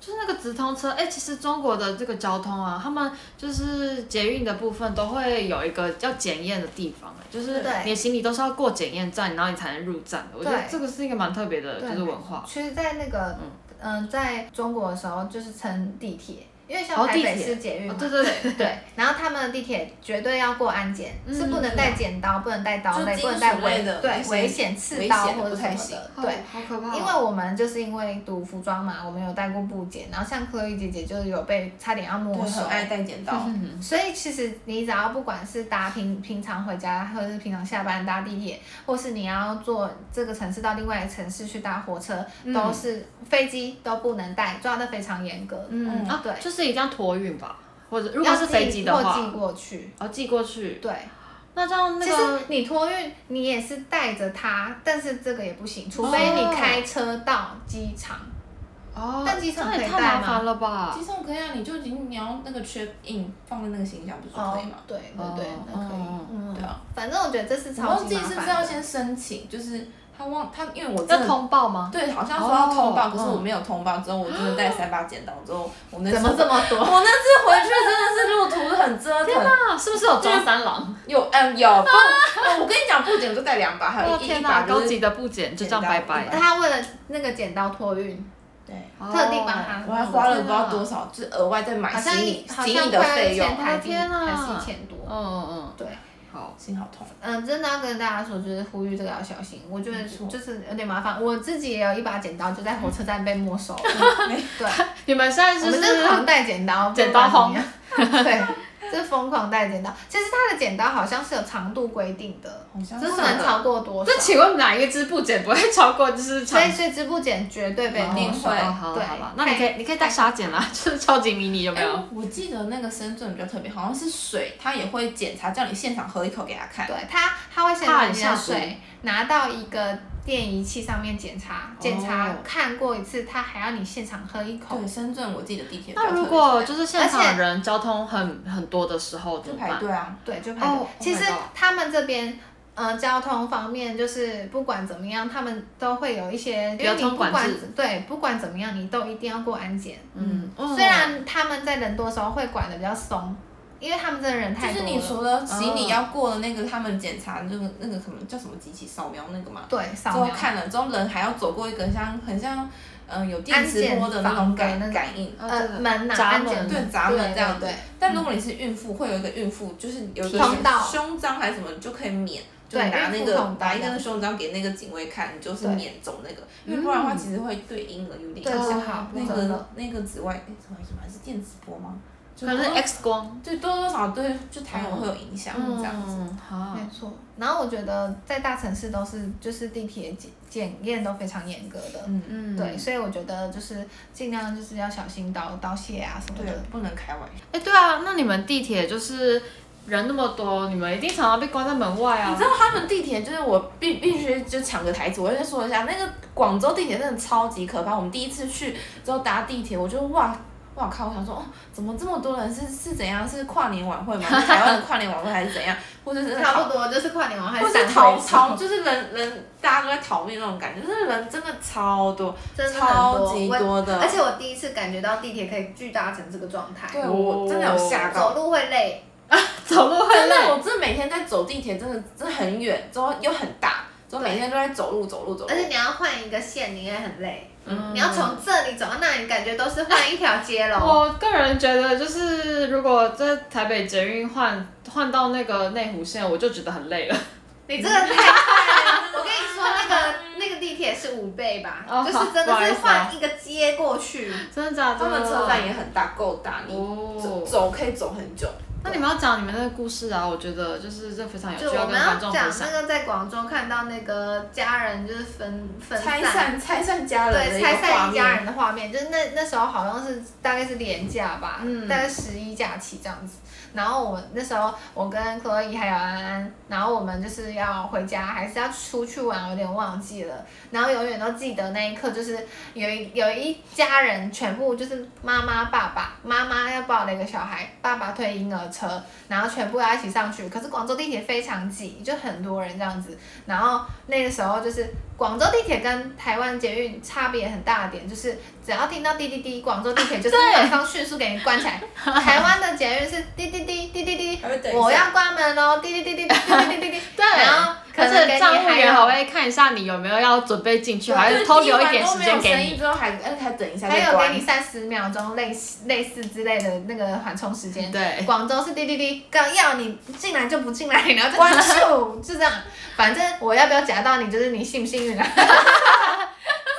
Speaker 1: 就是那个直通车，哎、其实中国的这个交通啊，他们就是捷运的部分都会有一个要检验的地方、哎，就是
Speaker 2: 对
Speaker 1: 你的行李都是要过检验站，然后你才能入站的。我觉得
Speaker 2: 对
Speaker 1: 这个是一个蛮特别的，就
Speaker 2: 对
Speaker 1: 是文化。
Speaker 2: 其实，在那个嗯、在中国的时候，就是乘地铁，因为
Speaker 1: 哦
Speaker 2: 像台
Speaker 1: 地
Speaker 2: 北
Speaker 1: 铁
Speaker 2: 市捷运嘛、
Speaker 1: 哦对对对
Speaker 2: 对，然后他们的地铁绝对要过安检，
Speaker 1: 嗯
Speaker 2: 是不能带剪刀、不能带刀
Speaker 3: 就
Speaker 2: 类、
Speaker 3: 金
Speaker 2: 不能带
Speaker 3: 属类
Speaker 2: 危
Speaker 3: 的
Speaker 2: 对
Speaker 3: 一些
Speaker 2: 危险刺
Speaker 3: 危
Speaker 2: 刀
Speaker 3: 险的
Speaker 2: 或者什
Speaker 3: 不
Speaker 2: 么
Speaker 3: 行
Speaker 2: 的，
Speaker 1: 好
Speaker 2: 对。
Speaker 1: 好可怕哦、
Speaker 2: 因为我们就是因为读服装嘛，我们有带过布检，然后像 Chloe 姐姐就是有被差点要没
Speaker 3: 我
Speaker 2: 收
Speaker 3: 很，爱带剪 刀，
Speaker 2: 所以其实你只要不管是搭平平常回家，或者是平常下班搭地铁，或是你要坐这个城市到另外一个城市去搭火车，
Speaker 1: 嗯
Speaker 2: 都是飞机都不能带，抓的非常严格的。
Speaker 1: 嗯
Speaker 3: 嗯
Speaker 1: 啊，
Speaker 2: 对
Speaker 1: 就是一定要托运吧，或者如果是飞机的
Speaker 2: 要寄
Speaker 1: 话
Speaker 2: 或，寄过去。
Speaker 1: 哦，寄过去。
Speaker 2: 对，
Speaker 1: 那这样那
Speaker 2: 其
Speaker 1: 个
Speaker 2: 实你托运，你也是带着它，但是这个也不
Speaker 3: 哦
Speaker 2: 行，除非你开车到机场。
Speaker 1: 哦，
Speaker 2: 但机场啊
Speaker 1: 这样也太
Speaker 2: 可以
Speaker 1: 麻
Speaker 2: 带吗
Speaker 1: 烦了吧？
Speaker 3: 其实我可以啊，你就已经你要那个缺印放在那个行李箱，不是就可以吗？
Speaker 2: 对对对，
Speaker 1: 哦
Speaker 2: 那可以
Speaker 1: 哦。
Speaker 2: 嗯，
Speaker 3: 对啊。
Speaker 2: 反正我觉得这是
Speaker 3: 我
Speaker 2: 超
Speaker 3: 忘
Speaker 2: 级
Speaker 3: 记
Speaker 2: 麻
Speaker 3: 是不
Speaker 2: 烦
Speaker 3: 是要
Speaker 2: 的。
Speaker 3: 先申请，就是他忘他，因为我真
Speaker 1: 要
Speaker 3: 的
Speaker 1: 通报吗？
Speaker 3: 对，好像说要通
Speaker 1: 哦
Speaker 3: 报，可是我没有通报，之后我真的带三把剪刀，之后我那次
Speaker 2: 怎么这么多？
Speaker 3: 我那次回去真的是路途很折腾，
Speaker 1: 啊，是不是有装三郎？
Speaker 3: 有嗯有不， 哦我跟你讲不仅我就带两把，还有
Speaker 1: 哦
Speaker 3: 一
Speaker 1: 天
Speaker 3: 一
Speaker 1: 哪，
Speaker 3: 把
Speaker 1: 高
Speaker 3: 就是
Speaker 1: 级的不剪就这样拜拜，
Speaker 2: 他为了那个剪刀托运，
Speaker 3: 对，
Speaker 1: 哦
Speaker 2: 特地帮他，
Speaker 3: 哦我还花了不知道
Speaker 1: 天哪
Speaker 3: 多少，就是额外再买
Speaker 2: 好
Speaker 3: 行
Speaker 2: 像
Speaker 3: 李
Speaker 2: 一好
Speaker 3: 行
Speaker 2: 像
Speaker 3: 李的
Speaker 2: 快
Speaker 3: 费
Speaker 2: 一
Speaker 3: 用，
Speaker 2: 千台币，
Speaker 1: 哦天哪
Speaker 2: 还是一千多
Speaker 1: 哦。嗯嗯
Speaker 2: 对，
Speaker 1: 嗯，好，
Speaker 3: 心好 痛。
Speaker 2: 嗯，真的要跟大家说，就是呼吁这个要小心。我觉得
Speaker 3: 没错
Speaker 2: 就是有点麻烦，我自己也有一把剪刀，就在火车站被没 收了。对，
Speaker 1: 你们现在
Speaker 2: 我
Speaker 1: 就
Speaker 2: 们就是狂
Speaker 1: 是
Speaker 2: 带剪刀，
Speaker 1: 剪刀
Speaker 2: 不管怎么样 对，就是疯狂带剪刀。其实它的剪刀好像是有长度规定的，
Speaker 3: 好像
Speaker 2: 就是不能
Speaker 3: 的
Speaker 2: 超过多少
Speaker 1: 那。请问哪一个支部剪不会超过就是
Speaker 2: 所
Speaker 1: 长？
Speaker 2: 以，所以织布剪绝对被
Speaker 3: 一
Speaker 2: 没
Speaker 3: 定
Speaker 2: 收
Speaker 3: 会。
Speaker 1: 哦好了
Speaker 2: 对
Speaker 1: 好了，那你可以你可以带沙剪啊， 就是超级迷你有没
Speaker 3: 哎、
Speaker 1: 有？
Speaker 3: 我记得那个深圳比较特别，好像是水，它也会检查，叫你现场喝一口给他看。
Speaker 2: 对，它它会先
Speaker 1: 怕
Speaker 2: 把
Speaker 1: 你
Speaker 2: 你
Speaker 1: 下
Speaker 2: 的
Speaker 1: 毒
Speaker 2: 水拿到一个电仪器上面检查，检查
Speaker 1: 哦
Speaker 2: 看过一次，它还要你现场喝一口
Speaker 3: 对，。深圳我记得地铁比较
Speaker 1: 那
Speaker 3: 特别
Speaker 1: 如
Speaker 3: 是
Speaker 1: 果就是现
Speaker 2: 而
Speaker 1: 场
Speaker 2: 且
Speaker 1: 人交通很很多的时候怎
Speaker 3: 就
Speaker 1: 么
Speaker 3: 排
Speaker 1: 办？
Speaker 3: 队啊，
Speaker 2: 对，就排队。
Speaker 1: 哦，Oh
Speaker 2: 其实
Speaker 1: my god
Speaker 2: 他们这边。呃，交通方面就是不管怎么样，他们都会有一些，因
Speaker 1: 交
Speaker 2: 为你
Speaker 1: 通
Speaker 2: 不
Speaker 1: 管
Speaker 2: 管
Speaker 1: 制
Speaker 2: 对不管怎么样，你都一定要过安检。
Speaker 1: 嗯，哦
Speaker 2: 虽然他们在人多的时候会管的比较松，因为他们真的人
Speaker 3: 就
Speaker 2: 太多
Speaker 3: 是
Speaker 2: 了。
Speaker 3: 你除了行李要过的那个，他们检查那个那个什么叫什么机器扫描那个嘛，
Speaker 2: 对
Speaker 3: 之
Speaker 2: 扫
Speaker 3: 后
Speaker 2: 描，
Speaker 3: 看了之后人还要走过一个像很像嗯、有电
Speaker 2: 安
Speaker 3: 磁
Speaker 2: 检
Speaker 3: 波的那种
Speaker 2: 房的
Speaker 3: 感
Speaker 2: 那种
Speaker 3: 感应。
Speaker 1: 啊
Speaker 2: 呃
Speaker 1: 这个
Speaker 2: 门呐、
Speaker 1: 闸
Speaker 2: 安
Speaker 1: 门
Speaker 2: 检
Speaker 3: 对闸门
Speaker 2: 对
Speaker 3: 这样
Speaker 2: 对
Speaker 3: 子
Speaker 2: 对，嗯
Speaker 3: 但如果你是孕妇，会有一个孕妇就是有一个
Speaker 2: 通道
Speaker 3: 胸章还是什么，你就可以免，就
Speaker 2: 对
Speaker 3: 拿那
Speaker 2: 孕妇
Speaker 3: 个
Speaker 2: 通道
Speaker 3: 拿一个那个胸章给那个警卫看，你就是
Speaker 2: 对嗯
Speaker 3: 免走那个，因为不然的话其实会对婴儿有点
Speaker 2: 对
Speaker 3: 影响
Speaker 2: 不好
Speaker 3: 那
Speaker 2: 真
Speaker 3: 个
Speaker 2: 的
Speaker 3: 那个紫外诶紫外线吗还是电磁波吗？就
Speaker 1: 可能是
Speaker 3: 多
Speaker 1: X 光，
Speaker 3: 对多多少少对就胎儿会有影响这样子。
Speaker 1: 嗯，好
Speaker 2: 没，错，然后我觉得在大城市都是就是地铁检检验都非常严格的，
Speaker 3: 嗯，
Speaker 1: 嗯，
Speaker 2: 对，所以我觉得就是尽量就是要小心刀刀械啊什么
Speaker 3: 对
Speaker 2: 的。，
Speaker 3: 不能开玩笑。
Speaker 1: 哎、对啊，那你们地铁就是人那么多，你们一定常常被关在门外啊
Speaker 3: 你知。道他们地铁就是我必必须就抢个台词，我先说一下，那个广州地铁真的超级可怕。我们第一次去之后搭地铁，我就哇哇靠，我想说哦，怎么这么多人是是怎样？是跨年晚 会吗？是台湾的跨年晚会还是怎样？或者是那
Speaker 2: 差
Speaker 3: 种
Speaker 2: 不多就是跨年完还
Speaker 3: 或是
Speaker 2: 散
Speaker 3: 逃
Speaker 2: 会
Speaker 3: 逃，就是人人大家都在逃命那种感觉，就是人真的超多，
Speaker 2: 真的很
Speaker 3: 超级
Speaker 2: 我
Speaker 3: 多的。
Speaker 2: 而且我第一次感觉到地铁可以巨搭成这个状态，
Speaker 3: 对我真的有吓到
Speaker 2: 走，路会 累，
Speaker 1: 走路会
Speaker 3: 真的
Speaker 1: 累，，
Speaker 3: 我真的每天在走地铁，真的真的很远，之后又很大，之后每天都在走路走路走路
Speaker 2: 而。且你要换一个线，你也很累。
Speaker 1: 嗯
Speaker 2: 你要从这里走到那里，感觉都是换一条 街喽。
Speaker 1: 我个人觉得，就是如果在台北捷运换换到那个内湖线，我就觉得很累了。
Speaker 2: 你这个太快了！我跟你说，那个那个运地铁是五倍吧，
Speaker 1: 哦
Speaker 2: 就是真
Speaker 1: 不好意
Speaker 2: 的是
Speaker 1: 思啊
Speaker 2: 换一个街过去。
Speaker 1: 真的假的？
Speaker 3: 他们车站也很大，够大，你走
Speaker 1: 哦。
Speaker 3: 走可以走很久。
Speaker 1: 那你们要讲你们的故事啊，我觉哎得就是这非常有
Speaker 2: 就
Speaker 1: 趣，
Speaker 2: 我
Speaker 1: 要
Speaker 2: 们
Speaker 1: 跟
Speaker 2: 要
Speaker 1: 观众
Speaker 2: 讲
Speaker 1: 分享
Speaker 2: 那。个在广州看到那个家人就是分分
Speaker 3: 拆散 拆散家人的
Speaker 2: 对，
Speaker 3: 一个
Speaker 2: 拆
Speaker 3: 画
Speaker 2: 散一家
Speaker 3: 面，
Speaker 2: 人的画面，就是那那时候好像是大概是年假吧，
Speaker 1: 嗯
Speaker 2: 大概十一假期这样子。然后我那时候我跟 Chloe 还有安安，然后我们就是要回家，还是要出去玩，我有点忘记了。然后永远都记得那一刻，就是有一有一家人全部就是妈妈、爸爸，妈妈要抱了一个小孩，爸爸推婴儿车，然后全部要一起上去。可是广州地铁非常挤，就很多人这样子。然后那个时候就是广州地铁跟台湾捷运差别很大的点，就是只要听到滴滴滴，广州地铁就是马上 迅速给你关起来。
Speaker 1: 啊
Speaker 2: 台湾的捷运是滴滴滴滴 滴滴
Speaker 3: 还会等一，下
Speaker 2: 我要关门喽，滴滴滴滴滴滴滴滴滴。
Speaker 1: 对
Speaker 2: 然后可
Speaker 1: 而
Speaker 2: 能
Speaker 1: 且
Speaker 2: 给你
Speaker 1: 账务
Speaker 2: 还
Speaker 1: 员
Speaker 2: 有啊
Speaker 1: 还会看一下你有没有要准备进去，还会偷留一点时间给
Speaker 3: 你。
Speaker 1: 你。
Speaker 3: 之后还哎还等一下
Speaker 2: 还
Speaker 3: 再
Speaker 2: 有
Speaker 3: 关
Speaker 2: 给你，三十秒钟类似类似之类的那个缓冲时间。
Speaker 1: 对
Speaker 2: 广州是滴滴滴，刚要你进来就不进来，然后就关就这样。反正我要不要夹到你，就是你幸不幸运啊，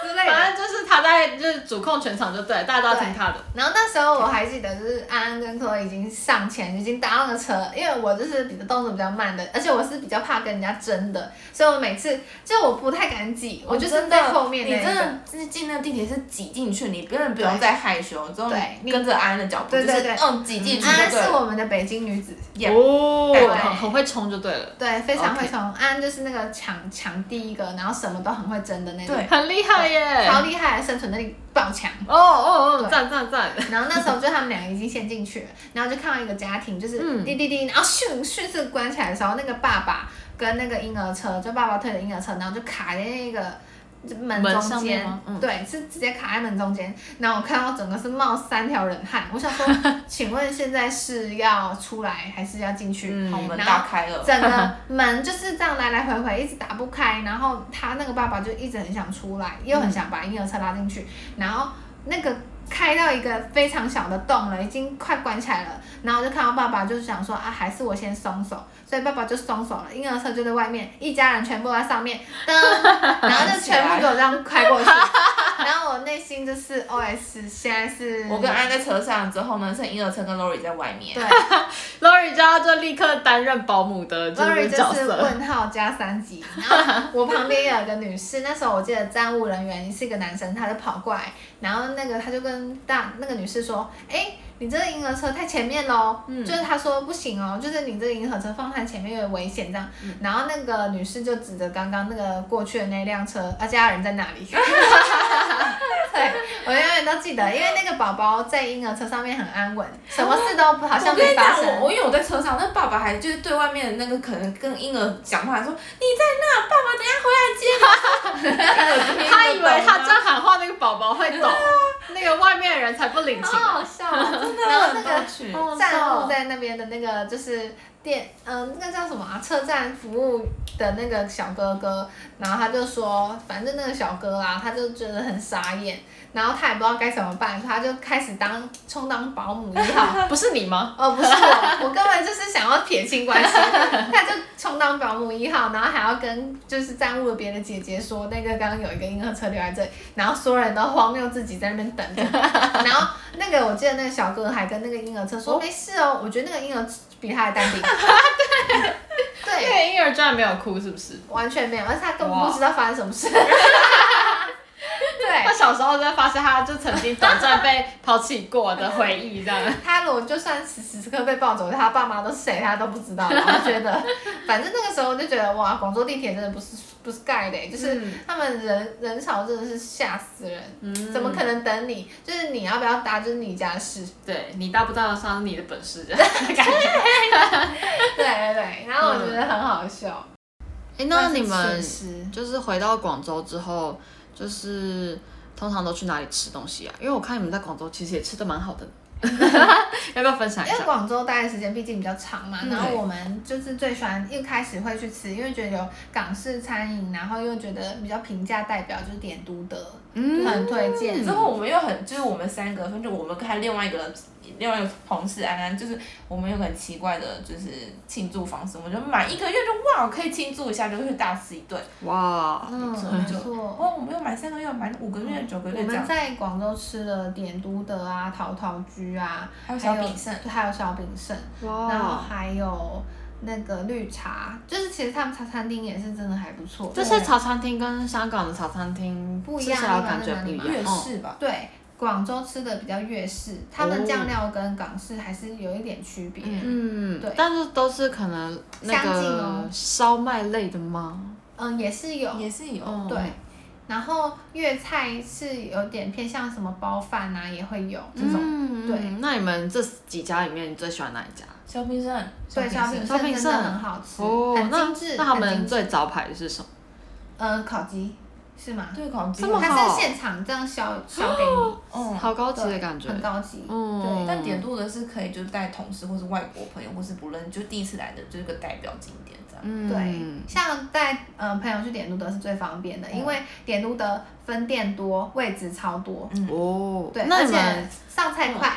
Speaker 2: 之类的。
Speaker 1: 反正就是他在就是主控全场就对，大家都要听他的。
Speaker 2: 然后那时候我还记得，就是安安跟 Chloe 已经上前，已经搭上了车，因为我就是比较动作比较慢的，而且我是比较怕跟人家争的，所以我每次就我不太敢挤，我就是
Speaker 3: 哦真的
Speaker 2: 在后面那
Speaker 3: 你
Speaker 2: 一个。
Speaker 3: 真的是进那个地铁是挤进去，你根本不用再害羞，之后
Speaker 2: 对
Speaker 3: 你跟着安安的脚步，
Speaker 2: 对
Speaker 3: 就是
Speaker 2: 对对
Speaker 3: 嗯挤进去
Speaker 2: 安安
Speaker 3: 就是对了。
Speaker 2: 我们的北京女子，
Speaker 3: Yeah
Speaker 1: 哦，
Speaker 2: 对
Speaker 1: 很很会冲就对了，
Speaker 2: 对，非常会
Speaker 1: OK
Speaker 2: 冲。安就是那个抢抢第一个，然后什么都很会争的那种，
Speaker 3: 对
Speaker 1: 很厉害耶。
Speaker 2: 超厉害，生存能力爆强。
Speaker 1: 哦哦哦，
Speaker 2: 对
Speaker 1: 赞赞赞！
Speaker 2: 然后那时候就他们俩已经先进去了，然后就看到一个家庭，就是
Speaker 1: 嗯
Speaker 2: 滴滴滴，然后迅迅速关起来的时候，那个爸爸跟那个婴儿车，就爸爸推着婴儿车，然后就卡在那个。门
Speaker 1: 门
Speaker 2: 中
Speaker 1: 上
Speaker 2: 间
Speaker 1: 面吗，嗯
Speaker 2: 对，是直接卡在门中间。然后我看到整个是冒三条冷汗，我想说，请问现在是要出来还是要进去？
Speaker 1: 嗯
Speaker 3: 好，门
Speaker 2: 然后
Speaker 3: 打开了，
Speaker 2: 整个门就是这样来来回回，一直打不开。然后他那个爸爸就一直很想出来，又很想把婴儿车拉进去，然后那个开到一个非常小的洞了，已经快关起来了。然后我就看到爸爸就是想说啊，还是我先松手，所以爸爸就松手了，婴儿车就在啊外面，一家人全部在上面，噔，然后就全部给我这样开过去。然后我内心就是 OS，现在是
Speaker 3: 我跟安安在车上之后呢，剩婴儿车跟 Lori 在外面
Speaker 2: 对。
Speaker 1: Lori 就要就立刻担任保姆的这个
Speaker 2: Lori 就
Speaker 1: 角
Speaker 2: 是
Speaker 1: 色，
Speaker 2: 问号加三级，然后我旁边有一个女士，那时候我记得站务人员是一个男生，他就跑过来，然后那个他就跟大那个女士说，哎、你这个婴儿车太前面喽，就是他说不行哦，就是你这个婴儿车放太前面有点危险这样，然后那个女士就指着刚刚那个过去的那辆车，啊，家人在哪 里？对，我永远都记得，因为那个宝宝在婴儿车上面很安稳，什么事都好像
Speaker 3: 我跟
Speaker 2: 没
Speaker 3: 你
Speaker 2: 发
Speaker 3: 讲，
Speaker 2: 生。
Speaker 3: 我我因为我在车上，那爸爸还就是对外面的那个可能跟婴儿讲话说你在那，爸爸等 一下回来接你。
Speaker 1: 他以为他真喊话，那个宝宝会 懂，那个外面的人才不领 情。
Speaker 2: 好好笑啊！真的然
Speaker 3: 然
Speaker 2: 后那个站
Speaker 3: 后那个
Speaker 2: 务在那边的那个就是店，嗯、那个叫什么啊？车站服务的那个小哥哥，然后他就说，反正那个小哥啊，他就觉得很傻眼，然后他也不知道该怎么办，他就开始当充当保姆一号，
Speaker 1: 不是你吗？
Speaker 2: 哦，不是我，我根本就是想要撇清关系，他就充当保姆一号，然后还要跟就是耽误了别的姐姐说，那个刚刚有一个婴儿车留在这里，然后所有人都荒谬自己在那边等 着，然后那个我记得那个小哥还跟那个婴儿车说、没事哦，我觉得那个婴儿比他还淡 定，对
Speaker 1: 那
Speaker 2: 对，
Speaker 1: 个婴儿居然没有哭，是不是？
Speaker 2: 完全没有，而且他根本
Speaker 1: 哇
Speaker 2: 不知道发生什么事， 对
Speaker 1: 他。小时候就发现，他就曾经短暂被抛弃过的回忆，这样。
Speaker 2: 他如果就算时时刻刻被抱走，他爸妈都是谁，他都不知道。我觉 得，反正那个时候我就觉得，哇，广州地铁真的不是不是盖的、就是
Speaker 1: 嗯
Speaker 2: 他们人人潮真的是吓死人，怎么可能等你？就是你要不要搭，就是你家 的事。
Speaker 1: 对你搭不搭得上是你的本事，这样的感觉。
Speaker 2: 对对对，然后我觉得很好笑。
Speaker 1: 哎，
Speaker 2: 但
Speaker 1: 那
Speaker 2: 是
Speaker 1: 你们
Speaker 2: 确实
Speaker 1: 就是回到广州之后，就是通常都去哪里吃东西啊？因为我看你们在广州其实也吃的蛮好的， 要不要分享一
Speaker 2: 因为
Speaker 1: 下？
Speaker 2: 广州待的时间毕竟比较长嘛，
Speaker 1: 嗯
Speaker 2: 然后我们就是最喜欢一开始会去吃，因为觉得有港式餐饮，然后又觉得比较平价代表就是点都德，
Speaker 1: 嗯
Speaker 2: 很推荐。
Speaker 3: 之后我们又很，就是我们三个，反正我们看另外一个另外一个同事安安，就是我们有个很奇怪的，就是庆祝方式，我们就满一个月就哇，可以庆祝一下，就去大吃一顿。
Speaker 1: 哇，
Speaker 2: 嗯，
Speaker 3: 很
Speaker 2: 没
Speaker 3: 久
Speaker 2: 错。
Speaker 3: 哦哇，我们又满三个月，满五个月、九个
Speaker 2: 我
Speaker 3: 月这
Speaker 2: 们
Speaker 3: 样，
Speaker 2: 在广州吃了点都德啊、陶陶居啊，
Speaker 3: 还有小炳胜。
Speaker 2: 还有小炳胜，然后
Speaker 1: 哇，
Speaker 2: 还有那个绿茶，就是其实他们茶餐厅也是真的还不错。
Speaker 1: 这些茶餐厅跟香港的茶餐厅
Speaker 2: 不一
Speaker 1: 吃
Speaker 2: 样
Speaker 1: 起来感觉不一
Speaker 2: 地
Speaker 1: 样。
Speaker 2: 方
Speaker 3: 粤
Speaker 1: 嗯
Speaker 3: 式吧，
Speaker 2: 对，广州吃的比较粤式，他们酱料跟港式还是有一点区别。
Speaker 3: 嗯
Speaker 1: 哦嗯
Speaker 2: 对，
Speaker 1: 但是都是可能那
Speaker 2: 相近
Speaker 1: 个
Speaker 2: 哦
Speaker 1: 烧麦类的吗？
Speaker 2: 嗯，也是有，
Speaker 3: 也是有。
Speaker 1: 哦
Speaker 2: 对。然后粤菜是有点偏向什么包饭啊，也会有这种。
Speaker 1: 嗯，
Speaker 2: 对
Speaker 1: 嗯。那你们这几家里面，你最喜欢哪一家？
Speaker 3: 小炳胜，
Speaker 2: 对，小品
Speaker 1: 小
Speaker 2: 胜
Speaker 1: 品
Speaker 2: 真的
Speaker 1: 胜
Speaker 2: 很好吃，
Speaker 1: 哦，
Speaker 2: 很
Speaker 1: 那
Speaker 2: 精致，
Speaker 1: 那他
Speaker 2: 很
Speaker 1: 们
Speaker 2: 精致
Speaker 1: 最招牌的是什么？
Speaker 2: 呃烤鸡是吗？
Speaker 3: 对，烤鸡
Speaker 1: 这，么
Speaker 2: 它
Speaker 1: 好
Speaker 2: 是现场这样削削给你，
Speaker 3: 嗯，
Speaker 1: 好高级
Speaker 2: 哦对
Speaker 1: 的感觉。
Speaker 2: 很高级。
Speaker 1: 嗯，
Speaker 3: 但点度的是可以就是带同事或是外国朋友，或是不认就第一次来的就是个代表景点这样。
Speaker 1: 嗯，
Speaker 2: 对，像带呃朋友去点都德是最方便
Speaker 1: 嗯
Speaker 2: 的，因为点都德分店多，位置超多，
Speaker 1: 哦，
Speaker 2: 对，
Speaker 1: 那
Speaker 2: 而
Speaker 1: 你
Speaker 2: 且
Speaker 1: 们
Speaker 2: 上菜快。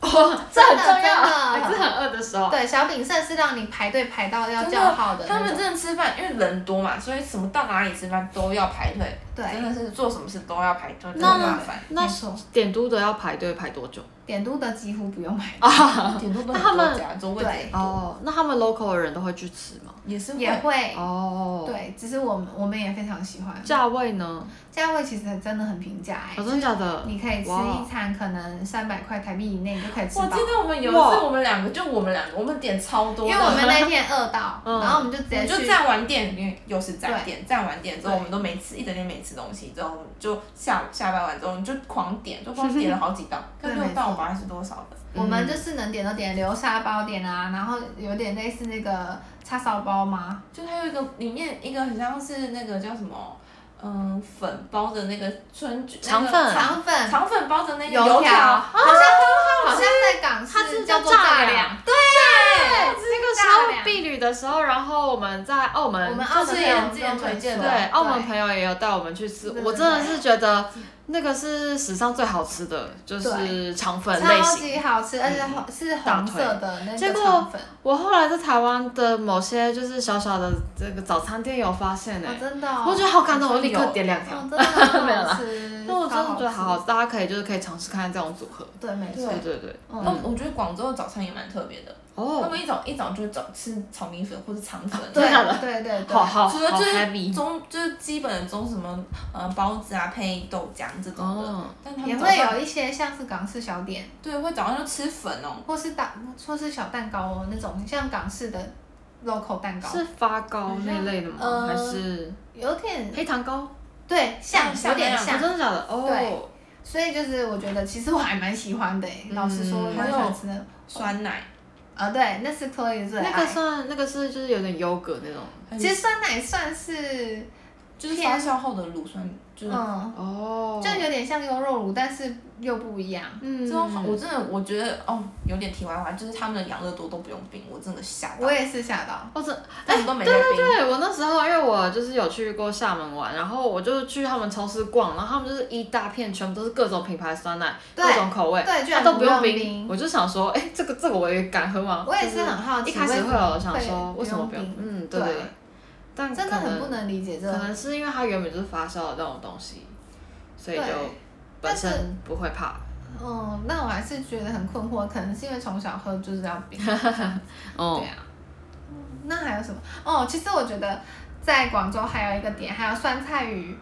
Speaker 1: 哦，这
Speaker 2: 真
Speaker 1: 很
Speaker 2: 的
Speaker 1: 重要，
Speaker 2: 真的
Speaker 1: 还是很饿的时候。
Speaker 2: 对，小炳胜是让你排队排到要
Speaker 3: 真
Speaker 2: 叫号的那
Speaker 3: 他们
Speaker 2: 种
Speaker 3: 真的吃饭，因为人多嘛，所以什么到哪里吃饭都要排队，真
Speaker 2: 对
Speaker 3: 的是做什么事都要排队，真的
Speaker 1: 那
Speaker 3: 麻烦。
Speaker 1: 那
Speaker 2: 没错
Speaker 1: 点都的要排队排多久？
Speaker 2: 点都德几乎不用
Speaker 1: 哦
Speaker 2: 排，
Speaker 3: 点度都
Speaker 1: 那他
Speaker 3: 很
Speaker 1: 们
Speaker 3: 多家，座位置也多，
Speaker 1: 哦，那他们 local 的人都会去吃吗？
Speaker 3: 也是
Speaker 2: 也
Speaker 3: 会。
Speaker 2: 会
Speaker 1: 哦，，
Speaker 2: 对，只是我们我们也非常喜欢，
Speaker 1: 价位呢？
Speaker 2: 价位其实真的很平价哎、
Speaker 1: 哦，真的假的？
Speaker 2: 你可以吃
Speaker 1: 哇
Speaker 2: 一餐可能三百块台币以内就可以吃
Speaker 3: 我
Speaker 2: 饱
Speaker 3: 记。得我们有一
Speaker 1: 哇
Speaker 3: 次，我们两个就我们两个，我们点超
Speaker 2: 因
Speaker 3: 多
Speaker 2: 为
Speaker 3: 的，
Speaker 2: 我们那天饿 到，
Speaker 1: 嗯
Speaker 2: 然后我们就直
Speaker 3: 我
Speaker 2: 接
Speaker 3: 们就
Speaker 2: 去，
Speaker 3: 站完店，因为又是站
Speaker 2: 对
Speaker 3: 店，站完店之后
Speaker 2: 对
Speaker 3: 我们都没吃，一整天没吃东西，之后我们就下午下班完之后我们就狂点，就狂点了好几道，
Speaker 2: 对
Speaker 3: 跟六
Speaker 2: 没
Speaker 3: 道
Speaker 2: 错
Speaker 3: 吧还是多少的，
Speaker 2: 我们
Speaker 1: 嗯
Speaker 2: 就是能点都点流沙包点啊，然后有点类似那个叉烧包吗？
Speaker 3: 就它有一个里面一个很像是那个叫什么，嗯，粉包的那个春卷，
Speaker 1: 嗯肠
Speaker 3: 那个
Speaker 1: 粉
Speaker 2: 肠粉、
Speaker 3: 肠粉包的那个
Speaker 2: 油
Speaker 3: 油
Speaker 2: 条，
Speaker 3: 条，
Speaker 2: 好像好像在港
Speaker 1: 啊它是
Speaker 2: 式
Speaker 1: 叫
Speaker 2: 叫
Speaker 1: 做
Speaker 2: 做
Speaker 1: 炸
Speaker 2: 炸
Speaker 1: 两
Speaker 2: 两，
Speaker 1: 那个时
Speaker 2: 大
Speaker 1: 候
Speaker 2: 量
Speaker 1: 避旅的时候，然后我们在澳门，
Speaker 2: 我们
Speaker 1: 就
Speaker 2: 澳
Speaker 1: 是
Speaker 2: 门
Speaker 3: 是
Speaker 2: 朋友
Speaker 3: 也之前推荐
Speaker 1: 对
Speaker 3: 的
Speaker 2: 对
Speaker 1: 澳门朋友也有带我们去吃，
Speaker 2: 对
Speaker 1: 我真的是觉得那个是史上最好吃的，就是肠粉类
Speaker 2: 超
Speaker 1: 型。
Speaker 2: 级好吃，而且红是红色的那
Speaker 1: 结
Speaker 2: 个
Speaker 1: 果
Speaker 2: 肠粉，
Speaker 1: 我后来在台湾的某些就是小小的这个早餐店有发现
Speaker 2: 哦
Speaker 1: 哎，
Speaker 2: 真的哦，
Speaker 1: 我觉得好感动，
Speaker 3: 好
Speaker 1: 我
Speaker 3: 像
Speaker 1: 立
Speaker 3: 有
Speaker 1: 刻点两条。
Speaker 2: 哦真的很
Speaker 1: 没有啦
Speaker 2: 好吃，
Speaker 1: 那我真的觉得
Speaker 2: 超
Speaker 1: 好好吃，大家可以就是可以尝试看看这种组合。
Speaker 2: 吃，对，没错
Speaker 1: 对，对对，
Speaker 2: 嗯
Speaker 3: 那我觉得广州的早餐也蛮特别的，他
Speaker 1: 哦，
Speaker 3: 们一早一早就早吃炒米粉或者肠粉，
Speaker 1: 真的假的
Speaker 2: 对对对，对
Speaker 1: 好好
Speaker 3: 除了
Speaker 1: 好
Speaker 3: 就
Speaker 1: heavy
Speaker 3: 是中就是基本的中什么呃包子啊配豆浆这种的，
Speaker 1: 哦，
Speaker 3: 但他
Speaker 2: 也
Speaker 3: 们早
Speaker 2: 会
Speaker 3: 上
Speaker 2: 有一些像是港式小点，
Speaker 3: 对会早上就吃粉哦，
Speaker 2: 或是蛋，或是小蛋糕哦那种，像港式的 local 蛋糕，
Speaker 1: 是发糕那类的吗？
Speaker 2: 呃
Speaker 1: 还是
Speaker 2: 有点
Speaker 1: 黑糖糕？
Speaker 2: 对像
Speaker 3: 像
Speaker 2: 有点
Speaker 3: 那样
Speaker 1: 哦，真
Speaker 2: 像，
Speaker 1: 的假的？哦
Speaker 2: 对。所以就是我觉得其实我还蛮喜欢的欸，
Speaker 1: 嗯
Speaker 2: 老实说，我蛮喜欢吃的。
Speaker 3: 酸奶
Speaker 2: 啊，对，那是 Chloe 最
Speaker 1: 那个
Speaker 2: 爱。
Speaker 1: 算那个是就是有点优格那种
Speaker 3: 很
Speaker 2: 其实酸奶算是，
Speaker 3: 就是
Speaker 2: 偏
Speaker 3: 发酵后的乳酸，就是
Speaker 2: 嗯，
Speaker 1: 哦，
Speaker 2: 就有点像优酪乳，但是又不一样。
Speaker 1: 嗯
Speaker 3: 之后我真的我觉得哦有点题外话，就是他们的养乐多都不用冰，我真的吓到
Speaker 2: 我，也是吓到，
Speaker 1: 我真
Speaker 3: 他们都没在冰，
Speaker 1: 对我那时候，因为我就是有去过厦门玩，然后我就去他们超市逛，然后他们就是一大片，全部都是各种品牌酸奶，
Speaker 2: 对
Speaker 1: 各种口味，
Speaker 2: 对居
Speaker 1: 啊
Speaker 2: 然
Speaker 1: 都不
Speaker 2: 不用
Speaker 1: 冰。
Speaker 2: 冰
Speaker 1: 我就想说，哎、这个这个我也敢喝吗？
Speaker 2: 我也
Speaker 1: 就是
Speaker 2: 很好奇
Speaker 1: 一开始
Speaker 2: 为什
Speaker 1: 会
Speaker 2: 么
Speaker 1: 有想说
Speaker 2: 会
Speaker 1: 为什么不
Speaker 2: 不
Speaker 1: 用
Speaker 2: 用？冰
Speaker 1: 嗯，对
Speaker 2: 对
Speaker 1: 对。但
Speaker 2: 真的
Speaker 1: 可
Speaker 2: 很
Speaker 1: 能
Speaker 2: 不能理解这
Speaker 1: 可。能是因为它原本就是发酵的那种东西，所以就
Speaker 2: 对
Speaker 1: 本
Speaker 2: 但是
Speaker 1: 身不会怕。
Speaker 2: 嗯，那我还是觉得很困惑，可能是因为从小喝就是要冰。
Speaker 1: 哦
Speaker 2: 对，啊，嗯那还有什么？哦，其实我觉得在广州还有一个点，还有酸菜鱼，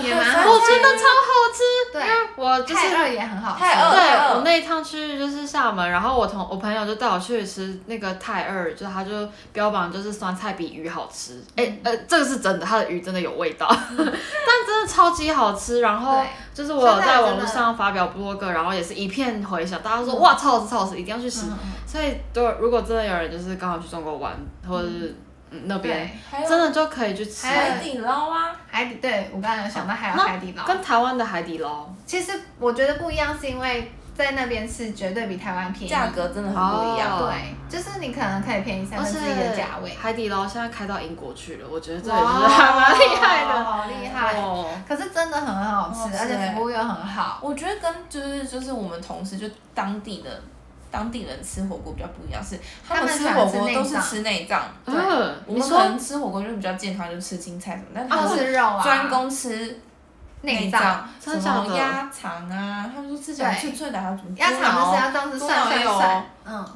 Speaker 2: 也蛮
Speaker 1: 我
Speaker 2: 好
Speaker 1: 真的超好吃，
Speaker 2: 对
Speaker 1: 因为我嗯就是
Speaker 2: 太二也很好吃。
Speaker 3: 太二
Speaker 1: 对
Speaker 3: 太二
Speaker 1: 我那一趟去就是厦门，然后我同我朋友就带我去吃那个泰二，就是他就标榜就是酸菜比鱼好吃，哎、
Speaker 2: 嗯
Speaker 1: 呃，这个是真的，它的鱼真的有味 道，但真的超级好吃。然后
Speaker 2: 对
Speaker 1: 就是我有
Speaker 2: 酸菜
Speaker 1: 在
Speaker 2: 真的
Speaker 1: 网络上发表博客，然后也是一片回响，大家说哇超好吃超好吃，一定要去吃。
Speaker 2: 嗯嗯
Speaker 1: 所以如果如果真的有人就是刚好去中国玩或者是、嗯、那边，
Speaker 2: 对，
Speaker 3: 还有
Speaker 1: 真的就可以去吃。
Speaker 3: 海底捞啊，
Speaker 2: 海底，对我刚才有想到还有
Speaker 1: 那
Speaker 2: 海底捞。
Speaker 1: 跟台湾的海底捞，
Speaker 2: 其实我觉得不一样，是因为在那边是绝对比台湾便宜，
Speaker 3: 价格真的很不一样。
Speaker 1: 哦
Speaker 2: 对，就是你可能可以便宜三
Speaker 1: 而
Speaker 2: 分之一的价位
Speaker 1: 且，哦海底捞现在开到英国去了，我觉得这也是
Speaker 2: 哇
Speaker 1: 还蛮厉害的。
Speaker 2: 好厉害
Speaker 1: 哦，
Speaker 2: 可是真的很好吃，
Speaker 3: 好吃
Speaker 2: 而且
Speaker 3: 欸
Speaker 2: 服务又很好。
Speaker 3: 我觉得跟就是就是我们同事就当地的当地人吃火锅比较不一样，是他
Speaker 2: 他
Speaker 3: 们
Speaker 2: 们
Speaker 3: 吃
Speaker 2: 喜欢
Speaker 3: 火
Speaker 2: 吃
Speaker 3: 锅
Speaker 2: 内
Speaker 3: 都是
Speaker 2: 脏
Speaker 3: 吃内脏，对。
Speaker 1: 嗯，
Speaker 3: 我
Speaker 1: 你
Speaker 3: 们可
Speaker 1: 说
Speaker 3: 能吃火锅就比较健康，就吃青菜什么， 但他
Speaker 2: 哦，
Speaker 3: 们是
Speaker 2: 吃肉啊，
Speaker 3: 专攻吃
Speaker 2: 内脏，
Speaker 3: 脏，
Speaker 1: 真的
Speaker 3: 什
Speaker 1: 假的
Speaker 3: 么鸭肠啊，他们说吃起来
Speaker 2: 对
Speaker 3: 脆脆的，还有什么
Speaker 2: 鸭肠就是要这样子
Speaker 3: 猪
Speaker 2: 涮
Speaker 3: 脑
Speaker 2: 涮
Speaker 3: 也有
Speaker 2: 涮，嗯，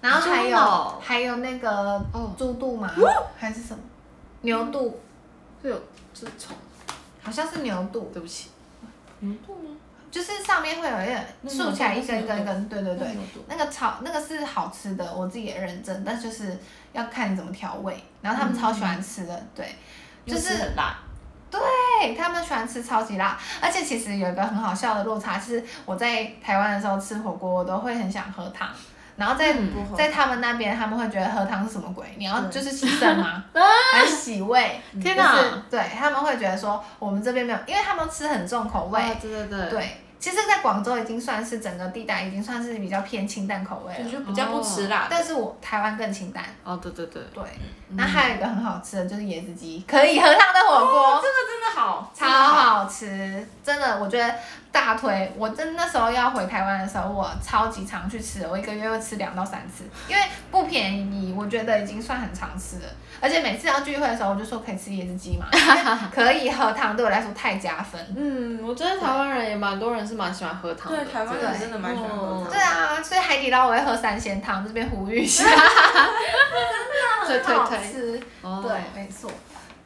Speaker 2: 然后还
Speaker 1: 猪脑
Speaker 2: 有还有那个
Speaker 1: 哦，
Speaker 2: 猪肚嘛，还是什么牛肚，
Speaker 1: 这有这虫，
Speaker 2: 好像是牛肚，
Speaker 1: 对不起，
Speaker 3: 牛肚吗？
Speaker 2: 就是上面会有一点
Speaker 3: 那牛肚
Speaker 2: 竖起来一根一根一根，嗯对对对，
Speaker 3: 牛肚
Speaker 2: 那个炒那个是好吃的，我自己也认真，但就是要看你怎么调味。然后他们超喜欢吃的，对，就是
Speaker 3: 又很辣，
Speaker 2: 对他们喜欢吃超级辣，而且其实有一个很好笑的落差，是我在台湾的时候吃火锅，我都会很想喝汤，然后在、
Speaker 3: 嗯不喝
Speaker 2: 在他们那边，他们会觉得喝汤是什么鬼？你要
Speaker 3: 对
Speaker 2: 就是洗肾吗？还是洗胃？
Speaker 1: 天
Speaker 2: 就
Speaker 1: 哪
Speaker 2: 是！对他们会觉得说我们这边没有，因为他们吃很重口味，
Speaker 1: 啊对对对，
Speaker 2: 对。其实，在广州已经算是整个地带已经算是比较偏清淡口味
Speaker 3: 就
Speaker 2: 了，
Speaker 3: 就比较不吃辣的。
Speaker 2: 但是我台湾更清淡。
Speaker 1: 哦，对对对，
Speaker 2: 对，那还有一个很好吃的就是椰子鸡，可以喝汤的火锅，
Speaker 3: 这个真的好，
Speaker 2: 超好吃，真的，我觉得大推。我真那时候要回台湾的时候，我超级常去吃的，我一个月会吃两到三次，因为不便宜，我觉得已经算很常吃了。而且每次要聚会的时候，我就说可以吃椰子 鸡嘛，因为可以喝汤，对我来说太加分。
Speaker 1: 嗯，我觉得台湾人也蛮多人是蛮喜欢喝汤的，
Speaker 3: 对台湾人真的蛮喜欢喝汤的
Speaker 2: 对啊，所以海底捞我会喝三鲜汤，这边呼吁一 下，
Speaker 1: 推推
Speaker 2: 很好
Speaker 1: 推，
Speaker 2: 吃。
Speaker 1: 哦
Speaker 2: 对，没错。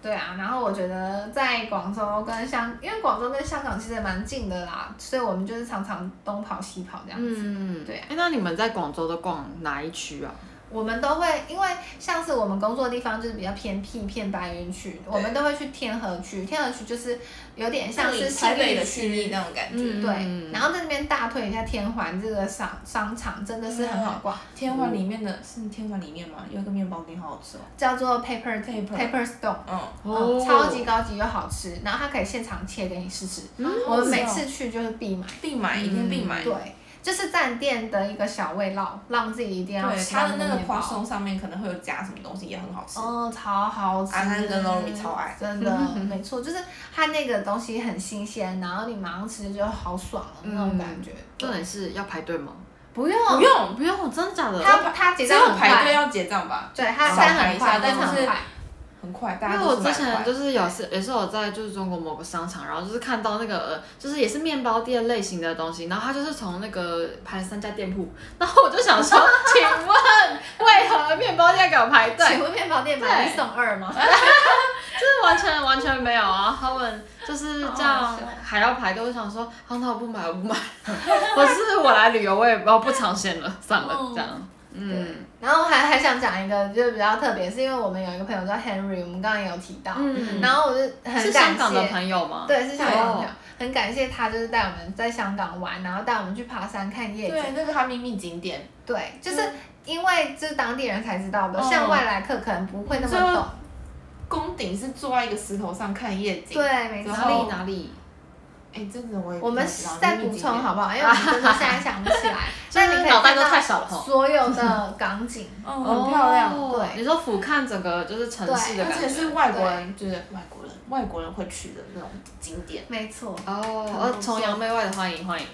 Speaker 2: 对啊，然后我觉得在广州跟香，因为广州跟香港其实也蛮近的啦，所以我们就是常常东跑西跑这样子。
Speaker 1: 嗯，
Speaker 2: 对啊
Speaker 1: 哎，那你们在广州都逛哪一区啊？
Speaker 2: 我们都会，因为像是我们工作的地方就是比较偏僻、偏白云区，我们都会去天河区。天河区就是有点像是
Speaker 3: 台北的
Speaker 2: 区
Speaker 3: 区域那种感觉。
Speaker 1: 嗯
Speaker 2: 对，然后在那边大推一下天环这个商商场，真的是很好逛，
Speaker 3: 天环里面的是天环里面吗？有一个面包店好好吃哦。
Speaker 2: 叫做 Paper
Speaker 3: Paper
Speaker 2: Paper Stone。
Speaker 3: 嗯，
Speaker 2: 嗯，超级高级又好吃，然后它可以现场切给你试试。
Speaker 1: 嗯
Speaker 3: 哦
Speaker 2: 我们每次去就是必买，
Speaker 3: 必买，一定必买。
Speaker 2: 嗯对，就是站店的一个小味道，让自己一定要
Speaker 3: 对，
Speaker 2: 吃
Speaker 3: 它
Speaker 2: 到
Speaker 3: 的
Speaker 2: 那
Speaker 3: 那个
Speaker 2: 面包
Speaker 3: 花。松上面可能会有加什么东西，也很好吃。
Speaker 2: 哦，超好吃！
Speaker 3: 安安跟 Lori 超爱
Speaker 2: 真的，没错，就是它那个东西很新鲜，然后你马上吃就好爽了那种感觉。
Speaker 1: 重点是要排队吗？
Speaker 2: 不用，
Speaker 3: 不用，
Speaker 1: 不用，真的假的？
Speaker 2: 它它结
Speaker 3: 只
Speaker 2: 账
Speaker 3: 有
Speaker 2: 很
Speaker 3: 排队
Speaker 2: 快，
Speaker 3: 要结账吧，
Speaker 2: 对，它
Speaker 3: 少
Speaker 2: 单
Speaker 3: 排
Speaker 2: 很
Speaker 3: 一
Speaker 2: 快，非
Speaker 3: 下但
Speaker 2: 常
Speaker 3: 是
Speaker 2: 快。
Speaker 3: 很快，
Speaker 1: 因
Speaker 3: 大家
Speaker 1: 为
Speaker 3: 都
Speaker 1: 我
Speaker 3: 是
Speaker 1: 之
Speaker 3: 蛮
Speaker 1: 前
Speaker 3: 快
Speaker 1: 就。是有是也是有在就是中国某个商场，然后就是看到那个呃就是也是面包店类型的东西，然后它就是从那个排了三家店铺，然后我就想说，请问为何面包店给我排队？
Speaker 2: 请问面包店买一
Speaker 1: 对
Speaker 2: 送二吗？
Speaker 1: 就是完全完全没有啊，他们就是这
Speaker 2: 好
Speaker 1: 样
Speaker 2: 好笑
Speaker 1: 还要排队，我想说，好、那我不买，我不买， 我是我来旅游，我也不要不尝鲜了，算了，
Speaker 3: 嗯
Speaker 1: 这样，
Speaker 2: 对
Speaker 1: 嗯，
Speaker 2: 然后还还想讲一个，就是比较特别，是因为我们有一个朋友叫 Henry，我们刚刚也有提到，
Speaker 1: 嗯
Speaker 2: 然后我就很
Speaker 1: 是
Speaker 2: 感
Speaker 1: 香港的
Speaker 2: 谢，
Speaker 1: 朋友吗？
Speaker 2: 对，是香港的朋友
Speaker 1: 哦，
Speaker 2: 很感谢他就是带我们在香港玩，然后带我们去爬山看夜景，
Speaker 3: 对，那个它秘密景点，
Speaker 2: 对，就是
Speaker 1: 嗯
Speaker 2: 因为就是当地人才知道的，
Speaker 3: 嗯
Speaker 2: 像外来客可能不会那么懂，
Speaker 3: 宫顶是坐在一个石头上看夜景。
Speaker 2: 对，，没
Speaker 3: 然
Speaker 1: 哪
Speaker 3: 后
Speaker 1: 里
Speaker 2: 错。
Speaker 1: 哪里？
Speaker 3: 哎，这个我也不
Speaker 2: 我们
Speaker 3: 知道
Speaker 2: 再
Speaker 3: 秘密
Speaker 2: 补
Speaker 3: 景
Speaker 2: 充
Speaker 3: 点
Speaker 2: 好不好？因为我们真的现在想不 起来，但你可以
Speaker 1: 脑袋
Speaker 2: 看
Speaker 1: 都太
Speaker 2: 到
Speaker 1: 少了吼。
Speaker 2: 所有的港景，
Speaker 3: 嗯，很漂亮。
Speaker 1: 哦
Speaker 2: 对
Speaker 1: 你说俯瞰整个就是城市的
Speaker 3: 而
Speaker 1: 感
Speaker 3: 且
Speaker 1: 觉，
Speaker 3: 是外国人，就是外国人，外国人会去的那种景点。
Speaker 2: 没错。
Speaker 1: 哦，
Speaker 2: 很
Speaker 1: 呃
Speaker 2: 不，错
Speaker 1: 崇洋媚外的欢迎欢迎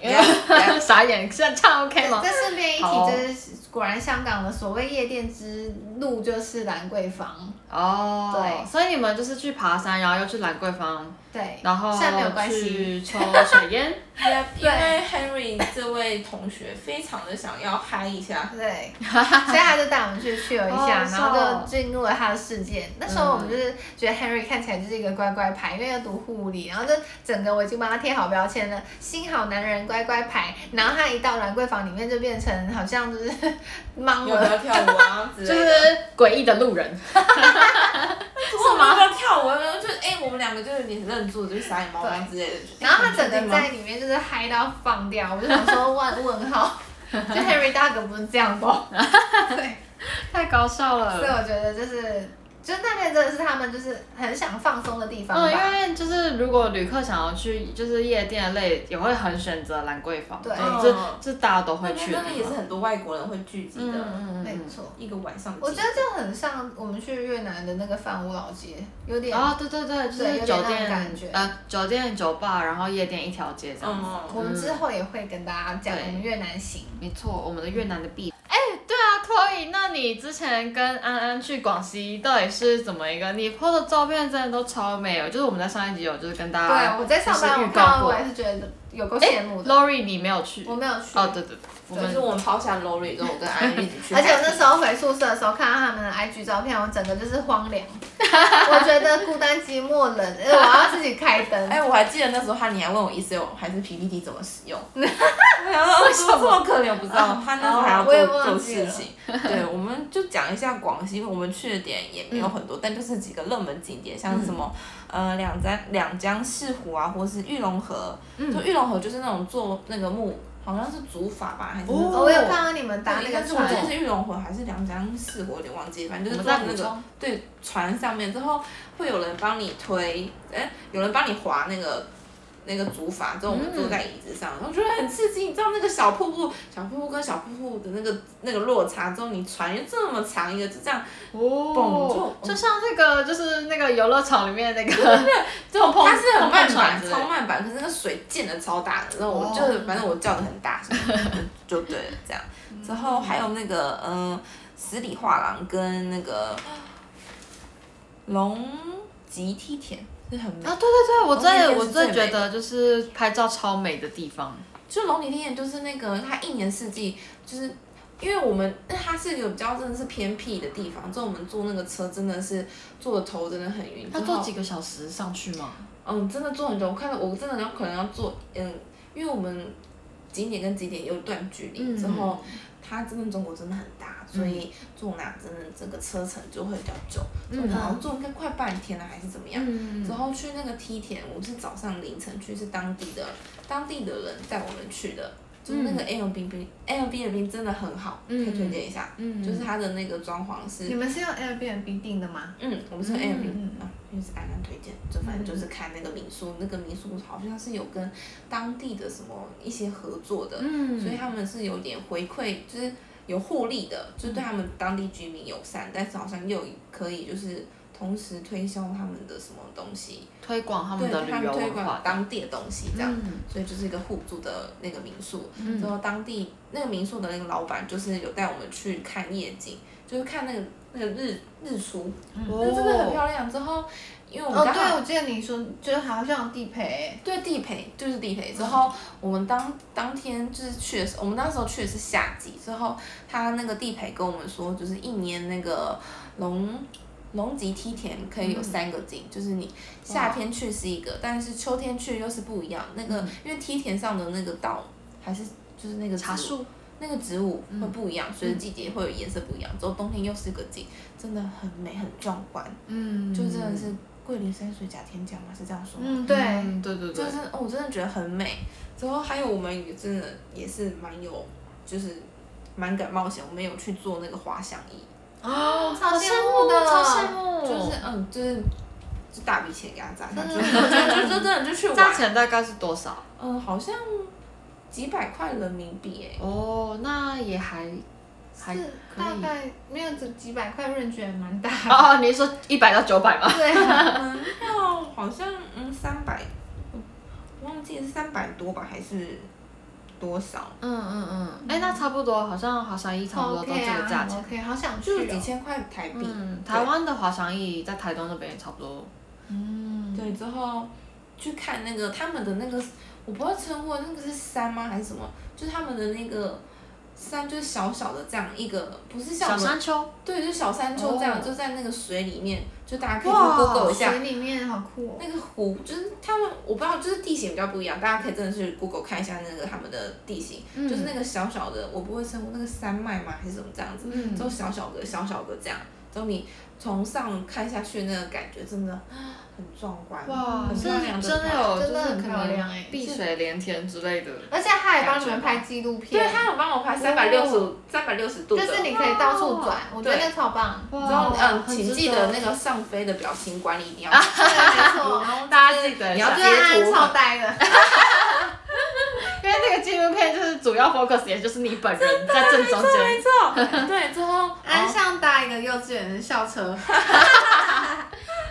Speaker 3: Yeah，
Speaker 1: 傻眼，现在这样 OK 吗
Speaker 2: 再？顺便一提，
Speaker 1: 好哦
Speaker 2: 就是果然香港的所谓夜店之路就是兰桂坊，
Speaker 1: 哦，
Speaker 2: 对
Speaker 1: 所以你们就是去爬山，然后又去兰桂坊，
Speaker 2: 对，
Speaker 1: 然后
Speaker 2: 现在没有关系，
Speaker 1: 去抽水烟，
Speaker 3: 因为 Henry 这位同学非常的想要嗨 一下，
Speaker 2: 对，所以他就带我们去去了一
Speaker 1: 好
Speaker 2: 下，
Speaker 1: 好
Speaker 2: 然
Speaker 1: 笑
Speaker 2: 后
Speaker 1: 哦嗯
Speaker 2: 就进入了他的世界。那时候我们就是觉得 Henry 看起来就是一个乖乖牌，因为要读护理，然后就整个我已经帮他贴好标签了，新好男人乖乖牌。然后他一到兰桂坊里面就变成好像就是
Speaker 3: 有
Speaker 2: 懵
Speaker 3: 没有
Speaker 2: 了，
Speaker 3: 跳舞啊之
Speaker 1: 就
Speaker 3: 类的？
Speaker 1: 是诡异的路人。
Speaker 3: 我们要跳舞，有没有就是哎，我们两个就有点愣住，就是傻眼猫啊猫之类的。
Speaker 2: 然后他整个在里面就是嗨到放掉，我就想说问 问号，就 Henry 大哥不是这样吧？对，
Speaker 1: 太搞笑
Speaker 2: 所以
Speaker 1: 了。
Speaker 2: 我觉得就是就是那边真的是他们就是很想放松的地方
Speaker 1: 嗯，因
Speaker 2: 吧。
Speaker 1: 为就是如果旅客想要去就是夜店类，也会很选择兰桂坊，
Speaker 2: 对
Speaker 1: 嗯
Speaker 3: 嗯
Speaker 1: 这这大家都会
Speaker 3: 那边
Speaker 1: 去的
Speaker 3: 那
Speaker 1: 嘛。
Speaker 3: 边也是很多外国人会聚集
Speaker 1: 嗯
Speaker 3: 的，
Speaker 1: 嗯嗯
Speaker 2: 没
Speaker 1: 嗯，
Speaker 2: 错，
Speaker 3: 一个晚上的
Speaker 2: 我
Speaker 3: 景
Speaker 2: 觉
Speaker 3: 点。
Speaker 2: 得这很像我们去越南的那个范屋老街，有点、
Speaker 1: 啊，对对对，就
Speaker 2: 对有
Speaker 1: 是
Speaker 2: 点
Speaker 1: 酒
Speaker 2: 那种
Speaker 1: 店
Speaker 2: 感觉
Speaker 1: 呃酒店酒吧，然后夜店一条街这样子。
Speaker 2: 我
Speaker 3: 嗯，
Speaker 2: 们之后也会跟大家讲
Speaker 1: 对
Speaker 2: 我们越南行。
Speaker 1: 没错，我们的越南的必。哎，对啊，Chloe，那你之前跟安安去广西到底是怎么一个？你 PO 的照片真的都超美哦，就是我们在上一集有就是跟大家
Speaker 2: 对，我在上班，
Speaker 1: 就是
Speaker 2: 我
Speaker 1: 预
Speaker 2: 看
Speaker 1: 告
Speaker 2: 到
Speaker 1: 过
Speaker 2: 我。还嗯是觉得有够
Speaker 1: 哎
Speaker 2: 羡慕的。
Speaker 1: ，Lori 你没有去？
Speaker 2: 我没有去，
Speaker 1: 哦，对对对，我
Speaker 3: 就
Speaker 1: 们
Speaker 3: 是我们抛下 Lori 跟我跟安安一起去，
Speaker 2: 而且我那时候回宿舍的时候，看到他们的 IG 照片，我整个就是荒 凉。我觉得孤单寂寞冷，呃我要自己开灯。哦
Speaker 3: 哎，我还记得那时候他，你还问我 ECO 还是 PPT 怎么使用，然后我说我可能不知道，他那时候还要
Speaker 2: 我也
Speaker 3: 做做
Speaker 2: 忘记
Speaker 3: 事
Speaker 2: 了
Speaker 3: 情。对，我们就讲一下广西，我们去的点也没有很多，但就是几个热门景点，像是什么呃两江两江市湖啊，或是玉龙河，就玉龙河就是那种做那个木，好像是竹筏吧，还是那种
Speaker 1: 哦
Speaker 2: 我有看到你们搭
Speaker 3: 对，
Speaker 2: 那
Speaker 3: 应该
Speaker 2: 个
Speaker 3: 是我
Speaker 2: 船
Speaker 3: 记，得是玉龙河还是两江四湖，我有点忘记，反正就是坐
Speaker 1: 我们在补
Speaker 3: 那个
Speaker 1: 充
Speaker 3: 对船上面之后，会有人帮你推，哎、有人帮你划那个那个竹筏，之后我们
Speaker 1: 嗯
Speaker 3: 坐在椅子上，然后觉得很刺激。你知道那个小瀑布，小瀑布跟小瀑布的那个那个落差之后，你船又这么长一个，就这样，
Speaker 1: 哦，
Speaker 3: 蹦就
Speaker 1: 就像那个就是那个游乐场里面那 个，
Speaker 3: 就
Speaker 1: 碰
Speaker 3: 它是
Speaker 1: 碰
Speaker 3: 很
Speaker 1: 碰
Speaker 3: 慢
Speaker 1: 船
Speaker 3: 板，
Speaker 1: 之类的
Speaker 3: 超慢板，可是那个水溅的超大的，然后我
Speaker 1: 哦
Speaker 3: 就、反正我叫的很大声，就对了 这样。之后还有那个嗯、呃十里画廊跟那个龙脊梯田是很美，
Speaker 1: 啊，对对对，我
Speaker 3: 哦那边
Speaker 1: 最
Speaker 3: 是
Speaker 1: 我最
Speaker 3: 最
Speaker 1: 觉
Speaker 3: 美
Speaker 1: 得就是拍照超美的地方。
Speaker 3: 就龙脊梯田就是那个它一年四季就是。因为我们它是一个比较真的是偏僻的地方，之后我们坐那个车真的是坐的头真的很晕。
Speaker 1: 要
Speaker 3: 嗯之后
Speaker 1: 坐几个小时上去吗？
Speaker 3: 嗯，真的坐很久，我看到我真的要可能要坐，嗯，因为我们景点跟景点有一段距离，
Speaker 1: 嗯
Speaker 3: 之后它真的中国真的很大，所以坐那真的这个车程就会比较久，
Speaker 1: 嗯
Speaker 3: 我们好像坐应该快半天了还是怎么样。
Speaker 1: 嗯
Speaker 3: 之后去那个梯田，我们是早上凌晨去，是当地的当地的人带我们去的，就是那个 a m b b a m b n b 真的很好，可
Speaker 1: 嗯
Speaker 3: 以推荐一下，
Speaker 1: 嗯
Speaker 3: 就是它的那个装潢是
Speaker 2: 你们是用 Airbnb 订的吗？
Speaker 3: 嗯，我们是 M，
Speaker 2: 嗯
Speaker 3: 啊，因为是安安推荐，就反正就是看那个民
Speaker 1: 嗯
Speaker 3: 宿，那个民宿好像是有跟当地的什么一些合作的，
Speaker 1: 嗯
Speaker 3: 所以他们是有点回馈，就是有互利的，就是对他们当地居民友善，但是好像又可以就是同时推销他们的什么东西，
Speaker 1: 推广他们
Speaker 3: 对
Speaker 1: 的
Speaker 3: 他
Speaker 1: 旅
Speaker 3: 们
Speaker 1: 游
Speaker 3: 推
Speaker 1: 文化
Speaker 3: 广，当地的东西这样，
Speaker 1: 嗯
Speaker 3: 所以就是一个互助的那个民宿。
Speaker 1: 嗯
Speaker 3: 之后当地那个民宿的那个老板就是有带我们去看夜景，就是看那个那个日日出。
Speaker 1: 嗯
Speaker 3: 那真的
Speaker 1: 哦
Speaker 3: 很漂亮。之后，因为我
Speaker 2: 哦，
Speaker 3: 们刚
Speaker 2: 对，
Speaker 3: 好
Speaker 2: 我记得你说就是好像有地陪，
Speaker 3: 对地陪就是地陪，之后我们当当天就是去的时候，我们那时候去的是夏季，之后他那个地陪跟我们说，就是一年那个龙。龙脊梯田可以有三个景，就是你夏天去是一个，但是秋天去又是不一样。那个、因为梯田上的那个道还是就是那个
Speaker 1: 茶
Speaker 3: 植物
Speaker 1: 树，
Speaker 3: 那个植物会不一样，随着季节会有颜色不一样。之后冬天又是个景，真的很美，很壮观。
Speaker 1: 嗯
Speaker 3: 就真的是桂林山水甲天讲嘛，是这样说吗？
Speaker 2: 嗯，对，
Speaker 1: 嗯对对
Speaker 3: 就
Speaker 1: 对
Speaker 3: 是，哦我真的觉得很美。之后还有我们也真的也是蛮有，就是蛮敢冒险。我们有去做那个滑翔翼，
Speaker 2: 哦，
Speaker 1: 好
Speaker 2: 超羡慕的，
Speaker 1: 好羡
Speaker 2: 哦
Speaker 1: 慕，
Speaker 3: 就是嗯，就是就大笔钱给他砸下去，
Speaker 2: 嗯
Speaker 3: 就就就真的就去
Speaker 1: 价
Speaker 3: 玩。
Speaker 1: 钱大概是多少？
Speaker 3: 嗯，好像几百块人民币哎、
Speaker 1: 哦，那也还还
Speaker 2: 是
Speaker 1: 可
Speaker 2: 大
Speaker 1: 以。
Speaker 2: 概没有这几百块润卷蛮 大的，
Speaker 1: 哦，你是说一百到九百吗？
Speaker 2: 对啊，
Speaker 3: 门票好像嗯三百，我忘记是三百多吧还是多少，
Speaker 1: 嗯嗯嗯，哎，那差不多，好像滑翔翼差不多都
Speaker 2: OK
Speaker 1: 这
Speaker 2: 啊
Speaker 1: 个价钱。
Speaker 2: ，OK，好想去
Speaker 3: 就几
Speaker 2: 哦，
Speaker 3: 千块台币。
Speaker 1: 嗯，台
Speaker 3: 对
Speaker 1: 湾的滑翔翼在台东那边也差不多。
Speaker 2: 嗯，
Speaker 3: 对，之后去看那个他们的那个，我不会称呼那个是山吗还是什么？就是他们的那个山，就是小小的这样一个，不是像
Speaker 1: 小
Speaker 3: 我们
Speaker 1: 山丘，
Speaker 3: 对，就小山丘这样，
Speaker 1: 哦
Speaker 3: 就在那个水里面，就大家可以
Speaker 1: 哇
Speaker 3: 去 Google 一下
Speaker 2: 水里面好酷哦，
Speaker 3: 那个湖，就是他们我不知道，就是地形比较不一样，大家可以真的去 Google 看一下那个他们的地形，
Speaker 1: 嗯
Speaker 3: 就是那个小小的，我不会称呼那个山脉吗还是什么这样子，
Speaker 1: 嗯
Speaker 3: 就小小的小小的这样，之后你从上看下去那个感觉真的很壮观，
Speaker 1: 哇，
Speaker 3: 嗯很
Speaker 1: 是
Speaker 3: 漂亮
Speaker 1: 真的
Speaker 3: 吧
Speaker 1: 有，
Speaker 2: 真的
Speaker 1: 就是
Speaker 2: 很漂
Speaker 1: 可能
Speaker 2: 亮欸
Speaker 1: 哎碧水连天之类的，
Speaker 2: 而且他还帮你们拍纪录片，
Speaker 3: 对他有帮我拍三百六
Speaker 1: 哦
Speaker 3: 十三百六十度的，
Speaker 2: 就是你可以到处转，我觉得那超棒。
Speaker 1: 哇
Speaker 3: 然后嗯，
Speaker 1: 哦很啊
Speaker 3: 请
Speaker 1: 值
Speaker 3: 记
Speaker 1: 得
Speaker 3: 得那个上飞的表情管理一定要，
Speaker 2: 对，没错。
Speaker 3: 然后
Speaker 1: 大家记得
Speaker 3: 你
Speaker 1: 一
Speaker 3: 要
Speaker 1: 下
Speaker 2: 我
Speaker 3: 截
Speaker 2: 觉得安
Speaker 3: 图
Speaker 2: 安超呆的，
Speaker 1: 因为那个纪录片就是主要 focus 也就是你本人在正中间，
Speaker 3: 错，对，之后哦
Speaker 2: 安像搭一个幼稚园的校车，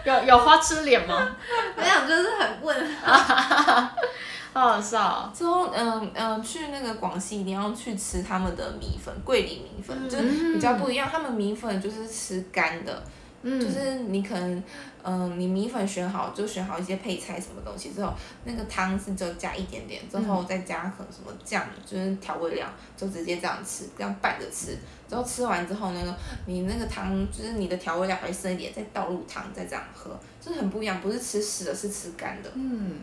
Speaker 1: 有有花痴脸吗？
Speaker 2: 我想就是很问号。
Speaker 1: 好好笑哦、
Speaker 3: 之后，嗯嗯，去那个广西一定要去吃他们的米粉，桂林米粉、
Speaker 1: 嗯
Speaker 3: 就是比较不一样。他们米粉就是吃干的，
Speaker 1: 嗯
Speaker 3: 就是你可能，嗯，你米粉选好就选好一些配菜什么东西之后，那个汤是就加一点点，之后再加可能什么酱，就是调味料，就直接这样吃，这样拌着吃。之后吃完之后呢，你那个汤就是你的调味料还剩一点，再倒入汤，再这样喝，就是很不一样，不是吃湿的，是吃干的。
Speaker 1: 嗯，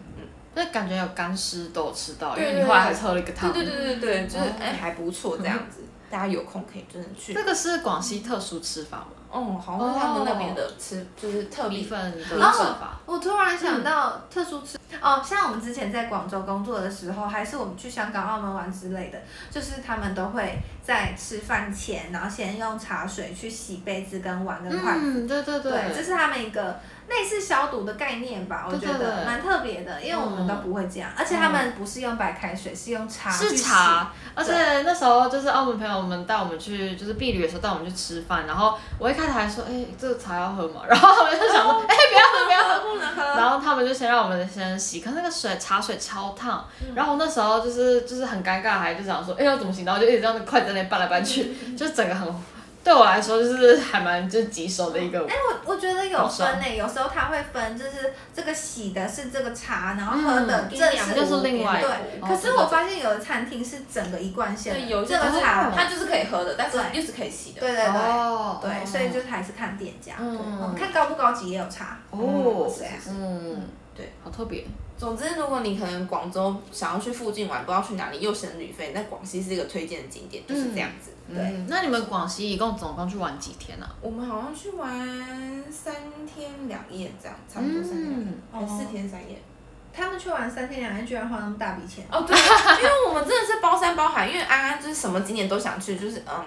Speaker 1: 那感觉有干湿都有吃到，因
Speaker 3: 对
Speaker 1: 为你后来还喝了一个汤。
Speaker 3: 对对对对对，就是
Speaker 1: 哦
Speaker 3: 哎、还不错这 样子，大家有空可以真的去
Speaker 1: 这。个是广西特殊吃法吗？
Speaker 3: 哦，好像是他们那边的吃、就是特
Speaker 1: 米
Speaker 3: 别
Speaker 1: 粉的吃
Speaker 2: 哦
Speaker 1: 法。
Speaker 2: 我突然
Speaker 1: 嗯
Speaker 2: 想到特殊吃、哦，像我们之前在广州工作的时候，还是我们去香港、澳门玩之类的，就是他们都会在吃饭前，然后先用茶水去洗杯子跟碗跟筷子。
Speaker 1: 嗯，对对
Speaker 2: 对，这是他们一个类似消毒的概念吧，我
Speaker 1: 对
Speaker 2: 觉
Speaker 1: 对
Speaker 2: 得
Speaker 1: 对
Speaker 2: 蛮特别的，因为我们都不会这样，而且他们不是用白开水，是用茶去
Speaker 1: 是
Speaker 2: 洗，
Speaker 1: 茶，而且那时候就是澳门朋友们带我们去，就是避旅的时候带我们去吃饭，然后我一开始还说，哎、这个茶要喝嘛， 然后他们就想
Speaker 2: 哦
Speaker 1: 说，哎、不要喝，不要喝，
Speaker 3: 不能喝。
Speaker 1: 然后他们就先让我们先洗，可是那个水茶水超烫，
Speaker 2: 嗯
Speaker 1: 然后我那时候就是就是很尴尬，还就想说，哎、要怎么洗？然后就一直这样子筷子在那里拌来拌
Speaker 2: 嗯
Speaker 1: 去，就整个很对我来说就是还蛮就是棘手的一个。
Speaker 2: 哎、我我觉得有
Speaker 1: 好爽
Speaker 2: 分欸诶、有时候它会分，就是这个洗的是这个茶，然后喝的
Speaker 1: 嗯
Speaker 2: 正是
Speaker 3: 阴阳
Speaker 1: 就是另外
Speaker 2: 对。
Speaker 1: 哦
Speaker 2: 可是我发现有的餐厅是整个一贯线
Speaker 3: 对，
Speaker 2: 的，
Speaker 3: 有一哦
Speaker 2: 这
Speaker 3: 些
Speaker 2: 个
Speaker 3: 就是
Speaker 2: 茶，
Speaker 3: 它就是可以喝的，但是
Speaker 2: 对
Speaker 3: 又是可以洗的。
Speaker 2: 对对对
Speaker 1: 哦
Speaker 2: 对，所以就是还是看店家，
Speaker 1: 嗯
Speaker 2: 嗯看高不高级也有茶。
Speaker 1: 哦
Speaker 2: 是啊，
Speaker 1: 嗯，
Speaker 3: 对，
Speaker 1: 好特别，
Speaker 3: 总之，如果你可能广州想要去附近玩，不知道去哪里又省旅费，那广西是一个推荐的景点，就是这样
Speaker 1: 嗯
Speaker 3: 子。对，
Speaker 1: 那你们广西一共总共去玩几天啊？
Speaker 3: 我们好像去玩三天两夜这样，差不多三天两夜，
Speaker 2: 嗯
Speaker 3: 还是四天三夜。
Speaker 2: 他们去玩三天两夜，居然花那么大笔钱，
Speaker 3: 哦， 对，因为我们真的是包山包海，因为安安就是什么景点都想去，就是嗯，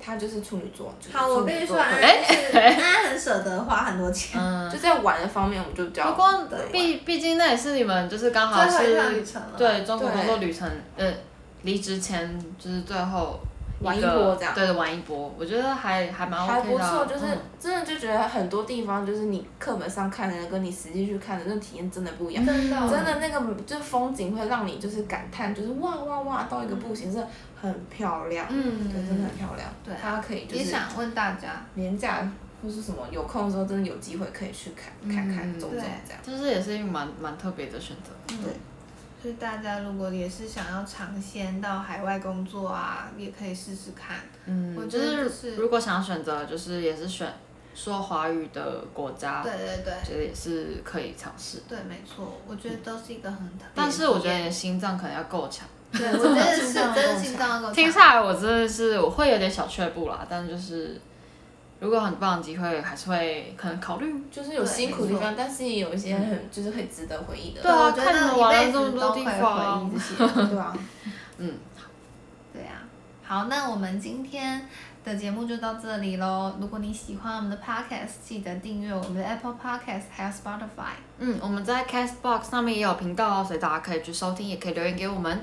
Speaker 3: 她就是处女座，就是
Speaker 2: 好，我
Speaker 3: 处
Speaker 2: 必
Speaker 3: 女
Speaker 2: 须
Speaker 3: 座
Speaker 2: 说，哎安
Speaker 3: 对
Speaker 2: 安 是安安很舍得花很多钱，
Speaker 1: 嗯，
Speaker 3: 就在玩的方面，我们就比较
Speaker 1: 不过
Speaker 2: 对
Speaker 1: 毕毕竟那也是你们就是刚好
Speaker 2: 最后一趟旅
Speaker 1: 是
Speaker 2: 程
Speaker 3: 啊
Speaker 2: 了。
Speaker 1: 对中国工作旅程，呃，离职前就是最后
Speaker 3: 玩一
Speaker 1: 个
Speaker 3: 波这样
Speaker 1: 对，玩一波，我觉得还还蛮
Speaker 3: 还
Speaker 1: OK
Speaker 3: 不
Speaker 1: 的啊，
Speaker 3: 错，就是
Speaker 1: 嗯
Speaker 3: 真的就觉得很多地方就是你课本上看的跟你实际去看的那体验真的不一样。
Speaker 2: 真的
Speaker 3: 真的那个就是风景会让你就是感叹，就是哇哇哇到一个不行，真的很漂亮，对，真的
Speaker 1: 嗯，
Speaker 3: 很漂亮。
Speaker 2: 对
Speaker 3: 大家可以就
Speaker 2: 也
Speaker 3: 是
Speaker 2: 想问大家，
Speaker 3: 年假或是什么有空的时候，真的有机会可以去看看看
Speaker 1: 嗯
Speaker 3: 走走
Speaker 2: 对
Speaker 3: 这样。
Speaker 1: 就是也是一个蛮蛮特别的选择，
Speaker 2: 嗯就是大家如果也是想要尝鲜到海外工作啊，也可以试试看。
Speaker 1: 嗯，
Speaker 2: 我觉
Speaker 1: 就
Speaker 2: 得就是
Speaker 1: 如果想选择，就是也是选说华语的国家，
Speaker 2: 对对对
Speaker 1: 觉得也是可以尝试，
Speaker 2: 对，没错，我觉得都是一个很特别的体验。
Speaker 1: 但是我觉得你的心脏可能要够强。
Speaker 2: 对，我觉 得是真的心脏要够
Speaker 1: 听
Speaker 2: 强。
Speaker 1: 下来，我真的是我会有点小却步啦，但就是如果很棒的机会，还是会可能考虑。
Speaker 3: 就是有
Speaker 2: 对
Speaker 3: 辛苦的
Speaker 2: 没
Speaker 3: 地
Speaker 2: 错
Speaker 3: 方，但是也有一些很就是很值得回忆的。
Speaker 1: 对啊
Speaker 2: 我觉得
Speaker 1: 看着
Speaker 2: 一
Speaker 1: 玩了
Speaker 2: 辈子
Speaker 1: 这么多
Speaker 2: 都
Speaker 1: 地
Speaker 2: 会回
Speaker 1: 方
Speaker 2: 忆这些
Speaker 3: 对啊，
Speaker 2: 对啊，好，那我们今天的节目就到这里喽。如果你喜欢我们的 podcast，记得订阅我们的 Apple Podcast 还有 Spotify。
Speaker 1: 嗯，我们在 Castbox 上面也有频道哦，所以大家可以去收听，也可以留言给我们。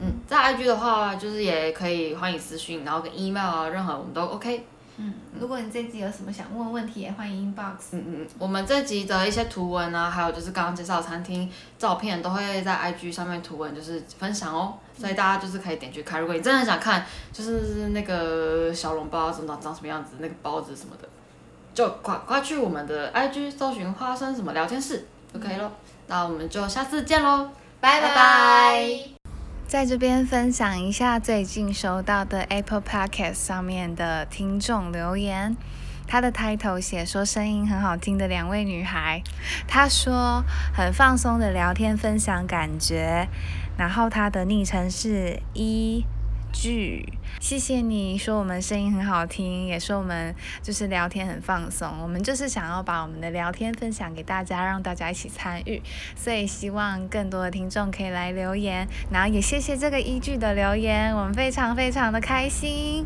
Speaker 1: 嗯，在 IG 的话，就是也可以欢迎私讯，然后跟 email 啊，任何我们都 OK。
Speaker 2: 嗯，如果你这集有什么想问的问题，也欢迎 inbox。
Speaker 1: 嗯嗯，嗯，我们这集的一些图文啊，还有就是刚刚介绍的餐厅照片，都会在 IG 上面图文就是分享哦，所以大家就是可以点去看。如果你真的很想看，就是那个小笼包怎么长长什么样子，那个包子什么的，就快快去我们的 IG 搜寻花生什么聊天室就可以咯。那我们就下次见喽，
Speaker 2: 拜
Speaker 1: 拜拜
Speaker 4: 在这边分享一下最近收到的 Apple Podcast 上面的听众留言。他的 title 写说声音很好听的两位女孩，他说很放松的聊天分享感觉，然后他的昵称是一
Speaker 2: 剧。E 谢谢你说我们声音很好听，也说我们就是聊天很放松。我们就是想要把我们的聊天分享给大家，让大家一起参与。所以希望更多的听众可以来留言，然后也谢谢这个依据的留言，我们非常非常的开心。